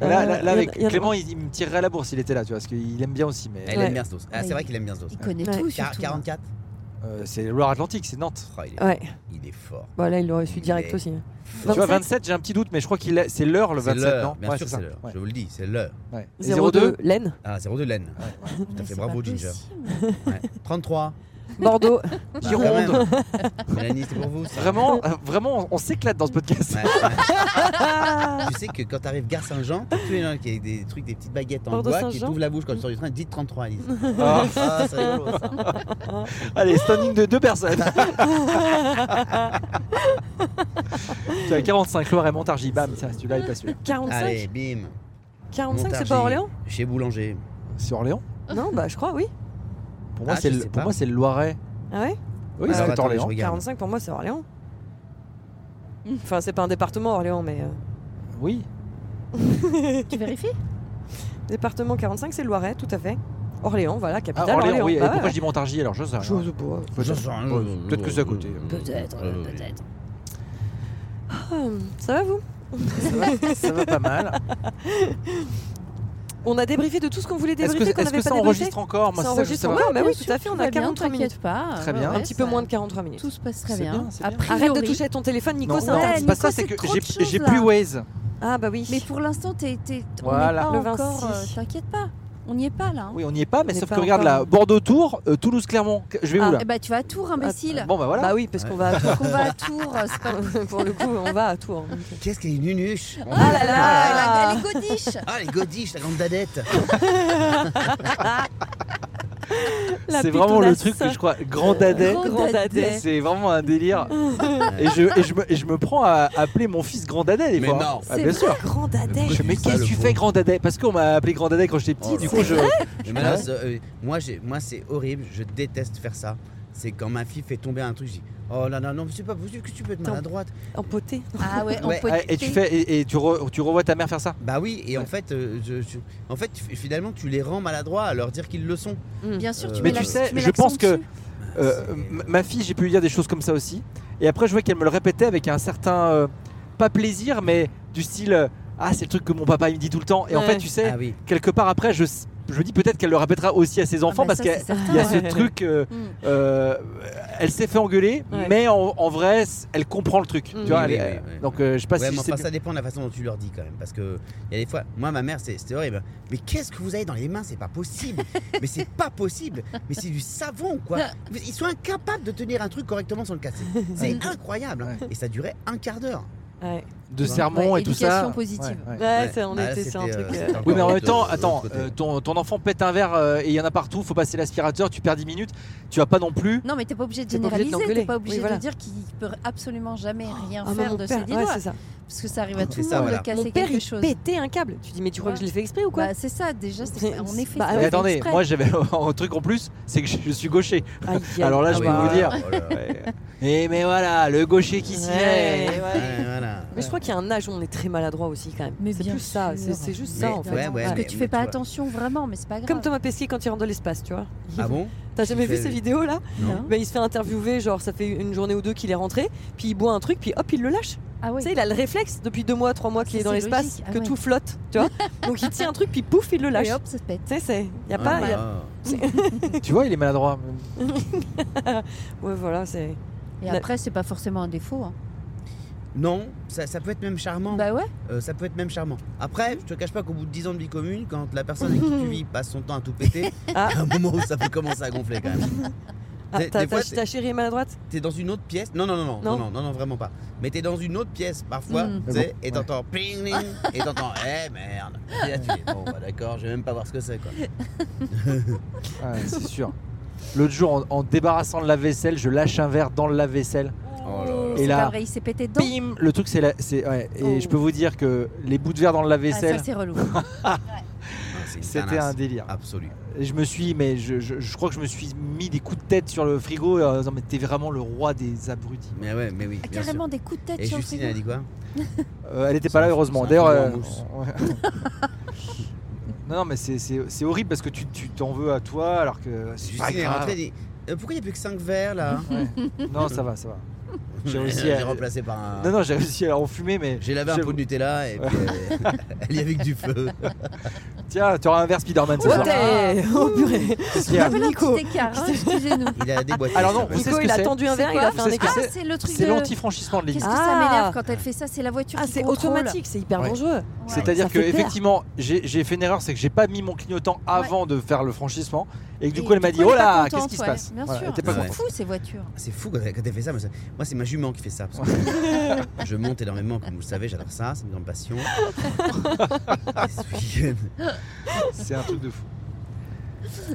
Là, là, Euh, là, il y a- avec il y a- Clément, il, il me tirerait la bourse, il était là, tu vois, parce qu'il aime bien aussi, mais Elle Ouais. aime bien ce dos. Ah, c'est vrai qu'il aime bien ce dos. Il connaît Ouais. tout, hein. Quar- surtout. 44 euh, c'est Loire-Atlantique, c'est Nantes. Oh, il, est, Ouais, il est fort. bah là, il l'aurait su direct Mais- aussi. Tu vois, 27, j'ai un petit doute, mais je crois qu'il a- c'est l'heure le C'est 27, l'heure, non bien Ouais, sûr, ça. c'est l'heure. Ouais. Je vous le dis, c'est l'heure. Ouais. Et 02, Laine, Ah, 0 de laine. Tout à Mais fait, c'est bravo, pas Ginger. possible. Ouais. 33. Bordeaux. Bah, quand Gironde. même. Mélanie, c'est pour vous. ça. Vraiment, euh, vraiment, on s'éclate dans ce podcast. Ouais. Ah, tu sais que quand t'arrives gare Saint-Jean, t'as tous les gens qui ont des trucs, des petites baguettes en Bordeaux bois qui Saint-Jean. t'ouvrent la bouche quand tu sors du train, dites 33, Alice. Ah. Ah, c'est rigolo ça. Allez, standing de deux personnes. tu as 45, Loire et Montargis. Bam, tiens, celui-là, il passe celui-là. 45 Allez, bim. 45, c'est Montargis, pas Orléans Chez Boulanger. Sur Orléans Non, bah je crois, oui. Pour moi, Ah, c'est je le, sais pour pas. moi, c'est le Loiret. Ah ouais Oui, Alors, c'est attendez, je Orléans. regarde. 45 pour moi, c'est Orléans. Enfin, c'est pas un département Orléans, mais. euh, Oui. Tu vérifies Département 45, c'est le Loiret, tout à fait. Orléans, voilà, Ah, capitale. Orléans, oui. Et bah ouais. pourquoi je dis Montargis alors Je sais rien. Chose bois. J'en sais rien, je- Peut-être que c'est à côté. Peut-être, Euh, oui. peut-être. Ah, ça va vous Ça va pas mal. On a débriefé de tout ce qu'on voulait Est-ce que, débriefer, qu'on est-ce n'avait que pas ça débriefé. enregistre encore Ça Moi, c'est ça que je veux enregistre savoir. encore, mais Bien oui, sûr, tout à fait, on tout a va bien, 43 minutes. t'inquiète pas. Très Ouais, bien. ouais, Un petit peu ça- moins de 43 minutes. Tout se passe très C'est bien. bien, c'est A bien. priori. Arrête de toucher à ton téléphone, Nico, Non, ça ouais, interdit. c'est pas ça, Nico, c'est c'est que trop j'ai de j'ai choses, plus là. Waze. Ah bah oui. Mais pour l'instant, t'es, t'es- Voilà. on Le n'est pas encore. 26. euh, T'inquiète pas, on n'y est pas là. hein. Oui, on n'y est pas, mais On sauf n'est pas que regarde encore. là, Bordeaux-Tour, euh, Toulouse-Clermont. Je vais où là Eh ben, tu vas à Tours, imbécile. Bon bah voilà. Bah oui, parce qu'on va à Tours. On va à Tours. euh, c'est pas- pour le coup, on va à hein. Tours. Qu'est-ce qu'elle est nunuche Ah là Ah. là, elle a- elle est godiche. Ah, les godiches, la grande dadette. La C'est vraiment le pitounasse. truc que je crois. Euh, Grand dadais. Grand Grand dadais. dadais. C'est vraiment un délire. et, je, et, je me, et je me prends à appeler mon fils Grand Dadais des Mais fois. non. Ah, bien C'est sûr. vrai, Grand dadais. Je fais, mais Ça, qu'est-ce que le tu pauvre. fais Grand Dadais Parce qu'on m'a appelé Grand Dadais quand j'étais petit. Oh, du le coup, je. Mais Ah maintenant, c'est- euh, moi, j'ai- moi, c'est horrible. Je déteste faire ça. C'est quand ma fille fait tomber un truc, je dis Oh là là, non, mais c'est pas possible que tu peux être Attends. maladroite. Empoté. Ah ouais, on Ouais, peut Ah, Et tu fais et, et tu, re- tu revois ta mère faire ça. Bah oui, et en Ouais. fait, euh, je- je- en fait, f- finalement, tu les rends maladroits à leur dire qu'ils le sont. Mm. Bien sûr, Euh, tu mets Mais tu l'accent- sais, mets je pense l'accent que- dessus. Euh, C'est- m- ma fille, j'ai pu lui dire des choses comme ça aussi. Et après, je vois qu'elle me le répétait avec un certain euh, pas plaisir, mais du style euh, ah c'est le truc que mon papa il me dit tout le temps. Et en Ouais. fait, tu sais, Ah oui. quelque part après, je je me dis peut-être qu'elle le répétera aussi à ses enfants Ah bah parce ça, qu'elle c'est certain, Il y a ce ouais. truc, euh, Mm. euh, elle s'est fait engueuler, Ouais. mais en, en vrai, c- elle comprend le truc. Mm. Tu vois, Oui, elle oui, est- oui, oui. donc euh, je sais pas Ouais, si mais c'est enfin, ça dépend de la façon dont tu leur dis quand même. Parce que il y a des fois, moi, ma mère, c'est- c'était horrible. Mais qu'est-ce que vous avez dans les mains C'est pas possible. mais c'est pas possible. Mais c'est du savon, quoi. Vous- Ils sont incapables de tenir un truc correctement sans le casser. C'est incroyable. hein. Ouais. Et ça durait un quart d'heure. Ouais, de Ouais. sermon Ouais, et tout ça. éducation positive. Ouais, ouais. ouais, c'est- on Bah, là, était sur un c'était, truc. euh, euh, c'était encore Oui, mais en même l'autre- temps, l'autre attends, côté. euh, ton, ton enfant pète un verre euh, et il y en a partout, faut passer l'aspirateur, tu perds 10 minutes, tu vas pas non plus. Non, mais t'es pas obligé de T'es pas obligé de généraliser, l'engueuler. t'es pas obligé Oui, voilà. de dire qu'il peut absolument jamais rien Ah, moi, faire mon de père- ses dix ouais, doigts. c'est ça. Parce que ça arrive à tout C'est le ça, monde voilà. de Mon casser père, quelque il chose. pétait un câble. Tu dis, mais tu crois que je l'ai fait exprès ou quoi Bah, c'est ça, déjà, c'est- C'est- en effet. bah, c'est ouais. Mais fait attendez, Ah exprès. moi j'avais un truc en plus, c'est que je, je suis gaucher. Aïe, aïe. Alors là, Ah je bah, oui, vais vous voilà, dire. voilà. Et mais voilà, le gaucher qui s'y Ouais, est. ouais. Ouais, voilà. Mais je crois qu'il y a un âge où on est très maladroit aussi quand même. Mais C'est bien plus ça, sûr. c'est c'est juste ça Mais- en fait. ouais, ouais, Parce que mais- tu mais fais pas tu vois. attention vraiment, mais c'est pas grave. Comme Thomas Pesquet quand il rentre de l'espace, tu vois. Ah bon T'as jamais Il vu fait- ces vidéos là Hein Non. Mais il se fait interviewer, genre ça fait une journée ou deux qu'il est rentré, puis il boit un truc, puis hop, il le lâche. Ah oui. Tu sais, il a le réflexe depuis deux mois, trois mois qu'il Ça, est dans c'est l'espace, logique. Ah que ouais. tout flotte, tu vois. Donc il tient un truc, puis pouf, il le lâche. Et hop, ça se pète. Tu sais, c'est. Y a pas. Ah, y a- Tu vois, il est maladroit. Ouais, voilà, c'est. Et La- après, c'est pas forcément un défaut. hein. Non, ça, ça peut être même Mm. charmant. Bah ouais. Euh, ça peut être même charmant. Après, je te cache pas qu'au bout de 10 ans de vie commune, quand la personne avec qui tu vis passe son temps à tout péter, Ah. il y a un moment où ça peut commencer à gonfler quand même. Ah, Des- ta, des fois, ta- ta chérie est maladroite T'es dans une autre pièce. Non, non, non, non, non, Non. non, non, non, vraiment pas. Mais t'es dans une autre pièce parfois, Mm. tu sais, Ah bon et t'entends pling, pling, et t'entends, eh merde. Et là, tu dis, bon, bah, d'accord, je vais même pas voir ce que c'est quoi. Ah, Ouais, c'est sûr. L'autre jour, en, en débarrassant le lave-vaisselle, je lâche un verre dans le lave-vaisselle. Oh là là. Et C'est là, pas vrai, il s'est pété dedans. bim Le truc, c'est. la- c'est ouais, Et Oh. je peux vous dire que les bouts de verre dans le Ah, lave-vaisselle, ça, c'est relou. C'est une c'était tenace un délire. absolu. Et je me suis. Mais je, je- je crois que je me suis mis des coups de tête sur le frigo euh, en disant Mais t'es vraiment le roi des abrutis. Mais ouais, mais oui. Ah, bien sûr. carrément des coups de tête Et sur le Justine, elle a frigo. dit quoi Euh, elle était C'est pas là, un- heureusement. c'est un D'ailleurs. frigo en euh, mousse. ouais. non, non, mais c'est- c'est c'est horrible parce que tu tu t'en veux à toi alors que. c'est pas Justine est grave. rentrée et dit, Euh, pourquoi il n'y a plus que 5 verres là Ouais. Non, ça va, ça va. J'ai réussi J'ai à- remplacé par un. Non, non, j'ai réussi à en fumer, mais. J'ai lavé un je- pot de Nutella et puis euh, elle y avait que du feu. Tiens, t'auras un verre Spider-Man ce Oh, soir. t'es- oh, purée. Qu'est-ce qu'il y a Voilà un Nico. petit écart, hein, excusez-nous. Il a déboîté. Alors non, ça vous s'appelle. Nico, savez ce que il a c'est tendu un C'est verre, il quoi a fait Vous un savez ce que écart. Ah, c'est le truc C'est de... l'anti-franchissement de ligne. Qu'est-ce que ça Ah. m'énerve quand elle fait ça C'est la voiture Ah, qui c'est contrôle. automatique, c'est hyper Ouais. dangereux. Ouais. C'est-à-dire Ça que fait peur. effectivement, j'ai j'ai fait une erreur, c'est que j'ai pas mis mon clignotant avant de faire le franchissement, et que du coup elle m'a dit oh là, qu'est-ce qui se passe Bien Voilà, sûr, elle était pas c'est contente. fou ces voitures. C'est fou quand quand t'as fait ça. Moi, ça- moi, c'est ma jument qui fait ça. parce que je monte énormément, comme vous le savez, j'adore ça, c'est une grande passion. Et ce week-end- C'est un truc de fou.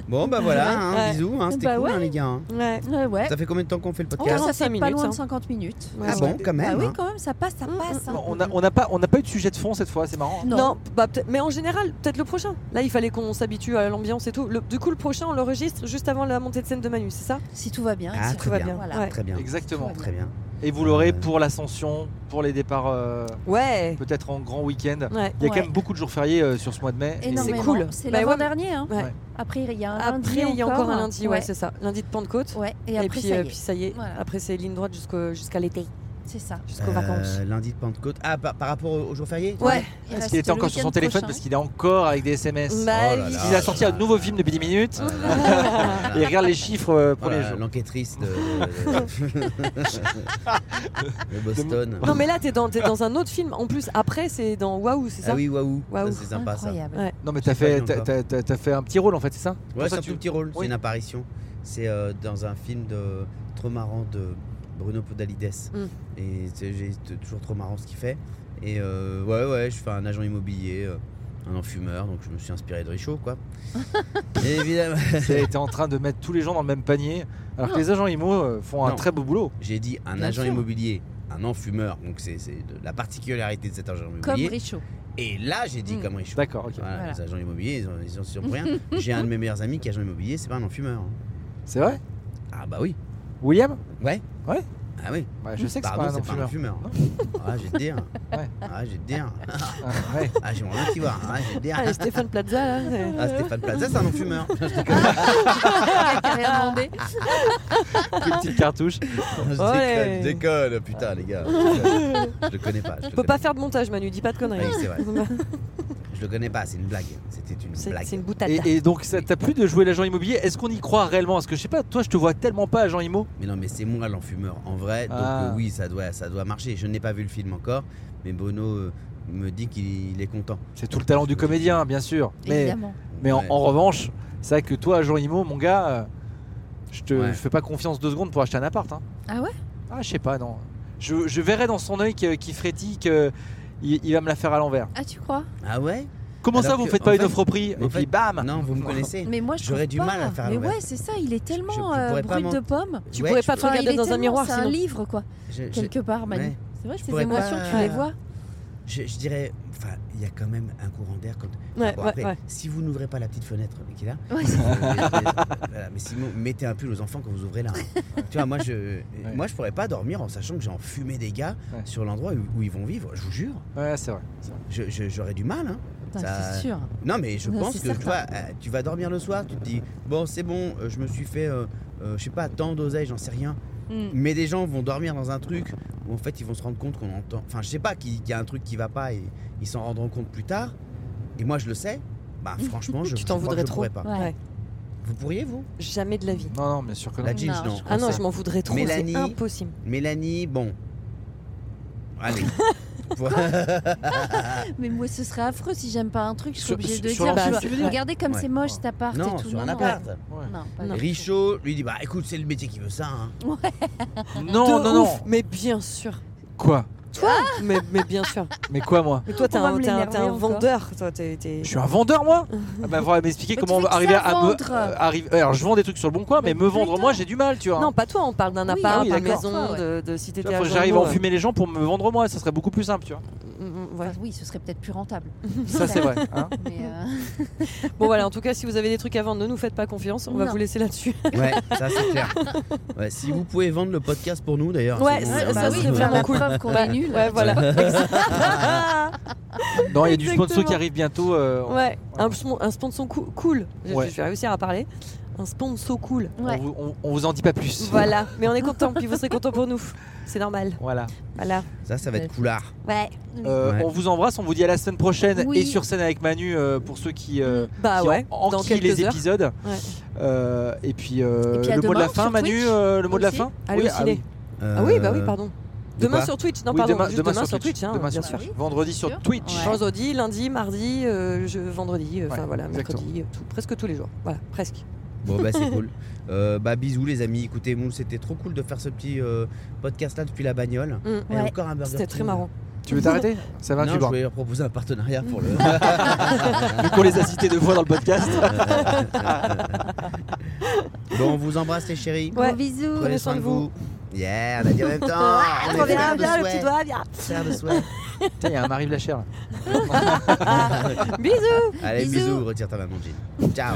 bon, bah voilà, hein, Ouais. bisous, hein, c'était Bah cool, ouais. hein, les gars. hein. Ouais. Ouais, ouais. Ça fait combien de temps qu'on fait le Oh, podcast ça 45 fait pas minutes, loin de hein. 50 minutes. Ouais, Ah ouais. bon, quand Ah Bah même. oui, hein. quand même, ça passe, ça Mm, passe. mm, hein. Non, on a on n'a pas on n'a pas eu de sujet de fond cette fois, c'est marrant. Non, Non. bah, peut-être- mais en général, peut-être le prochain. Là, il fallait qu'on s'habitue à l'ambiance et tout. Le- du coup, le prochain, on l'enregistre juste avant la montée de scène de Manu, c'est ça Si tout va bien. Ah, si Tout très va bien. bien. Voilà. Ouais. Très bien. Exactement. Très bien. Et vous l'aurez Euh. pour l'ascension, pour les départs euh, ouais. peut-être en grand week-end. Ouais. Il y a quand Ouais. même beaucoup de jours fériés euh, sur ce mois de mai. et- Énormément. C'est cool. C'est Bah ouais, l'avant-dernier. hein. Ouais. Après, il y a un lundi. Après, il y a encore un lundi, ouais, Ouais. c'est ça. Lundi de Pentecôte. Ouais, Et Et, après, puis, ça euh, y puis est. ça y est. Voilà. Après, c'est ligne droite jusqu'au- jusqu'à l'été, C'est ça. jusqu'aux Euh, vacances. lundi de Pentecôte. Ah, par, par rapport au, au jour férié Ouais. Il Parce reste qu'il était le encore sur son week-end téléphone prochain. parce qu'il est encore avec des SMS. Bah Oh là oui. là. Il a sorti un nouveau film depuis 10 minutes Ah là là là là là. et il regarde les chiffres euh, pour les Voilà, jours. L'enquêtrice de, de- de- de Boston. Non, mais là, t'es dans, t'es dans un autre film. En plus, après, c'est dans Waouh, c'est ça Ah oui, waouh. Ça, Waouh. C'est sympa ça. Incroyable. Ouais. Non mais J'ai t'as pas fait, vu t'as- encore. t'as- t'as- t'as fait un petit rôle en fait, c'est ça Pour Ouais, c'est ça, un tu- tout petit rôle, Oui. c'est une apparition. C'est euh, dans un film de trop marrant de Bruno Podalides. Mm. Et c'est j'ai- c'est toujours trop marrant ce qu'il fait. Et euh, ouais, ouais, je fais un agent immobilier, euh, un enfumeur, donc je me suis inspiré de Richaud, quoi. Et évidemment, T'es t'es en train de mettre tous les gens dans le même panier, alors que les agents IMO euh, font un Non. très beau boulot. j'ai dit un Bien agent sûr. immobilier, un enfumeur, donc c'est c'est de- la particularité de cet agent Comme immobilier. Richaud. Et là, j'ai dit Mm. comme Richaud. D'accord, ok. Voilà, Voilà. les agents immobiliers, ils ont, ils ont sur pour rien. J'ai un de mes meilleurs amis qui est agent immobilier, c'est pas un enfumeur. hein. C'est vrai Ah bah oui. William Ouais. Ouais. Ah oui. Ouais, Hmm. Je sais que c'est Pardon, pas un c'est pas un enfumeur. fumeur. Ah, j'ai de dire. Ouais. Ah, j'ai de dire. Ah, ouais. Ah, j'aimerais bien t'y voir. Ah, j'ai de dire. Ah, et Stéphane Plaza, là. c'est- Ah, Stéphane Plaza, c'est un non-fumeur. Il a rien demandé. Petite cartouche. Je Olé. déconne, je déconne, Oh, putain, les gars. Je le connais pas. Je Je le peux connais pas faire de montage, Manu, dis pas de Ah oui, conneries. c'est vrai. Je le connais pas, c'est une blague. C'était une C'est blague. c'est une boutade. Et, et donc ça- t'as plus de jouer l'agent immobilier, est-ce qu'on y croit réellement Parce que je sais pas, toi je te vois tellement pas agent IMO. Mais non, mais c'est moi l'enfumeur en vrai. Donc Ah. euh, oui, ça doit, ça doit marcher. Je n'ai pas vu le film encore, mais Bono euh, me dit qu'il il est content. C'est tout le talent du comédien, bien sûr. Mais, Évidemment. mais en, Ouais. en revanche, c'est vrai que toi agent IMO, mon gars, euh, je te Ouais. je fais pas confiance deux secondes pour acheter un appart. hein. Ah ouais Ah, je sais pas, non. Je, je verrai dans son œil que- qu'il frétille que il, il va me la faire à l'envers. Ah, tu crois Ah ouais Comment Alors ça, vous que, faites pas en une fait- offre au prix Et en puis fait, bam Non, vous me connaissez. Mais moi, je J'aurais trouve du pas. mal à faire à Mais l'envers. ouais, c'est ça, il est tellement je euh, pourrais pas brut m'en- de pomme. Tu Ouais, pourrais je pas te Enfin, il regarder est dans un tellement- miroir, C'est un sinon. livre, quoi, Je- je- quelque part, Manu. ouais. C'est vrai, Je ces pourrais émotions, pas- tu les vois. Je, je dirais, enfin, il y a quand même un courant d'air. Quand... Ouais, Bon, ouais, après, ouais. si vous n'ouvrez pas la petite fenêtre qui est là, Ouais, euh, voilà, mais sinon, mettez un pull aux enfants quand vous ouvrez là. hein. tu vois, moi je, moi, je pourrais pas dormir en sachant que j'ai enfumé des gars Ouais. sur l'endroit où, où ils vont vivre. Je vous jure, Ouais, c'est vrai. c'est vrai. Je- je- j'aurais du mal. hein. Putain, Ça- C'est sûr. Non, mais je Non, pense c'est que tu vois, certain. euh, tu vas dormir le soir, tu te dis bon, c'est bon, euh, je me suis fait, euh, euh, je sais pas, tant d'oseille, j'en sais rien. Mm. Mais des gens vont dormir dans un truc où en fait ils vont se rendre compte qu'on entend. Enfin, je sais pas, qu'il qu'il y a un truc qui va pas et ils s'en rendront compte plus tard. Et moi je le sais. Bah franchement, je, Tu t'en je crois que voudrais je trop. pourrais pas. Ouais. Ouais. Vous pourriez vous Jamais de la vie. Non, non, bien sûr que non. La Ginge, non. je Ah non, crois je m'en voudrais trop. Mélanie. C'est impossible. Mélanie, bon. Allez. Pour- pas. Mais moi, ce serait affreux si j'aime pas un truc. Je suis Sur- obligée sur- de sur dire. l'enfant, tu vois, tu veux dire Regardez comme Ouais. c'est moche cet appart non, et tout. sur un non, appart. Ouais. Non, pas Non. du tout. Richaud lui dit bah écoute, c'est le métier qui veut ça. hein. Non, De non, ouf, non. Mais bien sûr. Quoi Toi mais, mais bien sûr. Mais quoi, moi Mais toi, t'es On va un, me t'es un- l'énerver t'es un encore. vendeur. Toi, t'es. t'es- Je suis un vendeur, moi ah Bah, faudrait m'expliquer Mais comment tu fais que arriver ça, à me. vendre. arrive... Alors, je vends des trucs sur le bon coin, mais, Mais me vendre, putain. moi, j'ai du mal, tu vois. Non, pas toi. On parle d'un Oui, appart, ah oui, d'une d'accord. maison, Toi, de, de si Tu t'étais vois, à faut que j'arrive à Jean-Loup, euh, enfumer les gens pour me vendre, moi. Ça serait beaucoup plus simple, tu vois. mm, mm, ouais. Enfin, oui, ce serait peut-être plus rentable. Ça, c'est vrai. hein. Mais euh, Bon voilà, en tout cas, si vous avez des trucs à vendre, ne nous faites pas confiance. On va Non. vous laisser là-dessus. Ouais, ça c'est clair. Ouais, si vous pouvez vendre le podcast pour nous d'ailleurs. Ouais, c'est ça- bon, hein, ça on- bah oui, serait on a vraiment la cool. preuve qu'on Ouais. est nul. Ouais, voilà. Non, il y a du sponsor Exactement. qui arrive bientôt. euh, on- ouais, un, spon- un sponsor cou- cool. Je- Ouais. Je vais réussir à parler. Un sponsor cool. on, Ouais. vous, on- on vous en dit pas plus. Voilà, mais on est content, puis vous serez content pour nous. C'est normal. Voilà. Voilà. Ça, ça va être coulard. Ouais. Euh, Ouais. On vous embrasse, on vous dit à la semaine prochaine Oui. et sur scène avec Manu euh, pour ceux qui, euh, Bah qui ouais, en- dans enquillent quelques les heures. épisodes. Ouais. Euh, et puis, euh, Et puis à le mot de demain la fin, sur Manu, Twitch. euh, le mot de la Aussi. fin Allez au ciné. Ah oui, bah oui, pardon. Euh, de Demain quoi sur Twitch, non, Oui, pardon, demain, juste demain sur Twitch. hein, Demain bien sur sûr. Twitch. Vendredi sur Sûr. Twitch. Ouais. Vendredi, lundi, mardi, euh, je, vendredi, euh, enfin Ouais, voilà, exactement. mercredi, euh, tout- presque tous les jours. Voilà, presque. Bon bah c'est cool. Euh, bah bisous les amis. Écoutez, nous c'était trop cool de faire ce petit euh, podcast là depuis la bagnole. Mm. Et encore un burger. C'était King. très marrant. Tu veux t'arrêter Ça va, Non, tu je bois. voulais leur proposer un partenariat pour le. Vu qu'on les a cités deux fois dans le podcast. bon, on vous embrasse les chéris. Ouais. Gros bisous. Prenez soin de vous. Yeah, on a dit en même temps. On est frères de souhait. doigt, bien. Frères de souhait. Putain, il y a un Marie Blachère là. Bisous. Allez, Bisous. bisous. Retire ta maman, Jean. Ciao.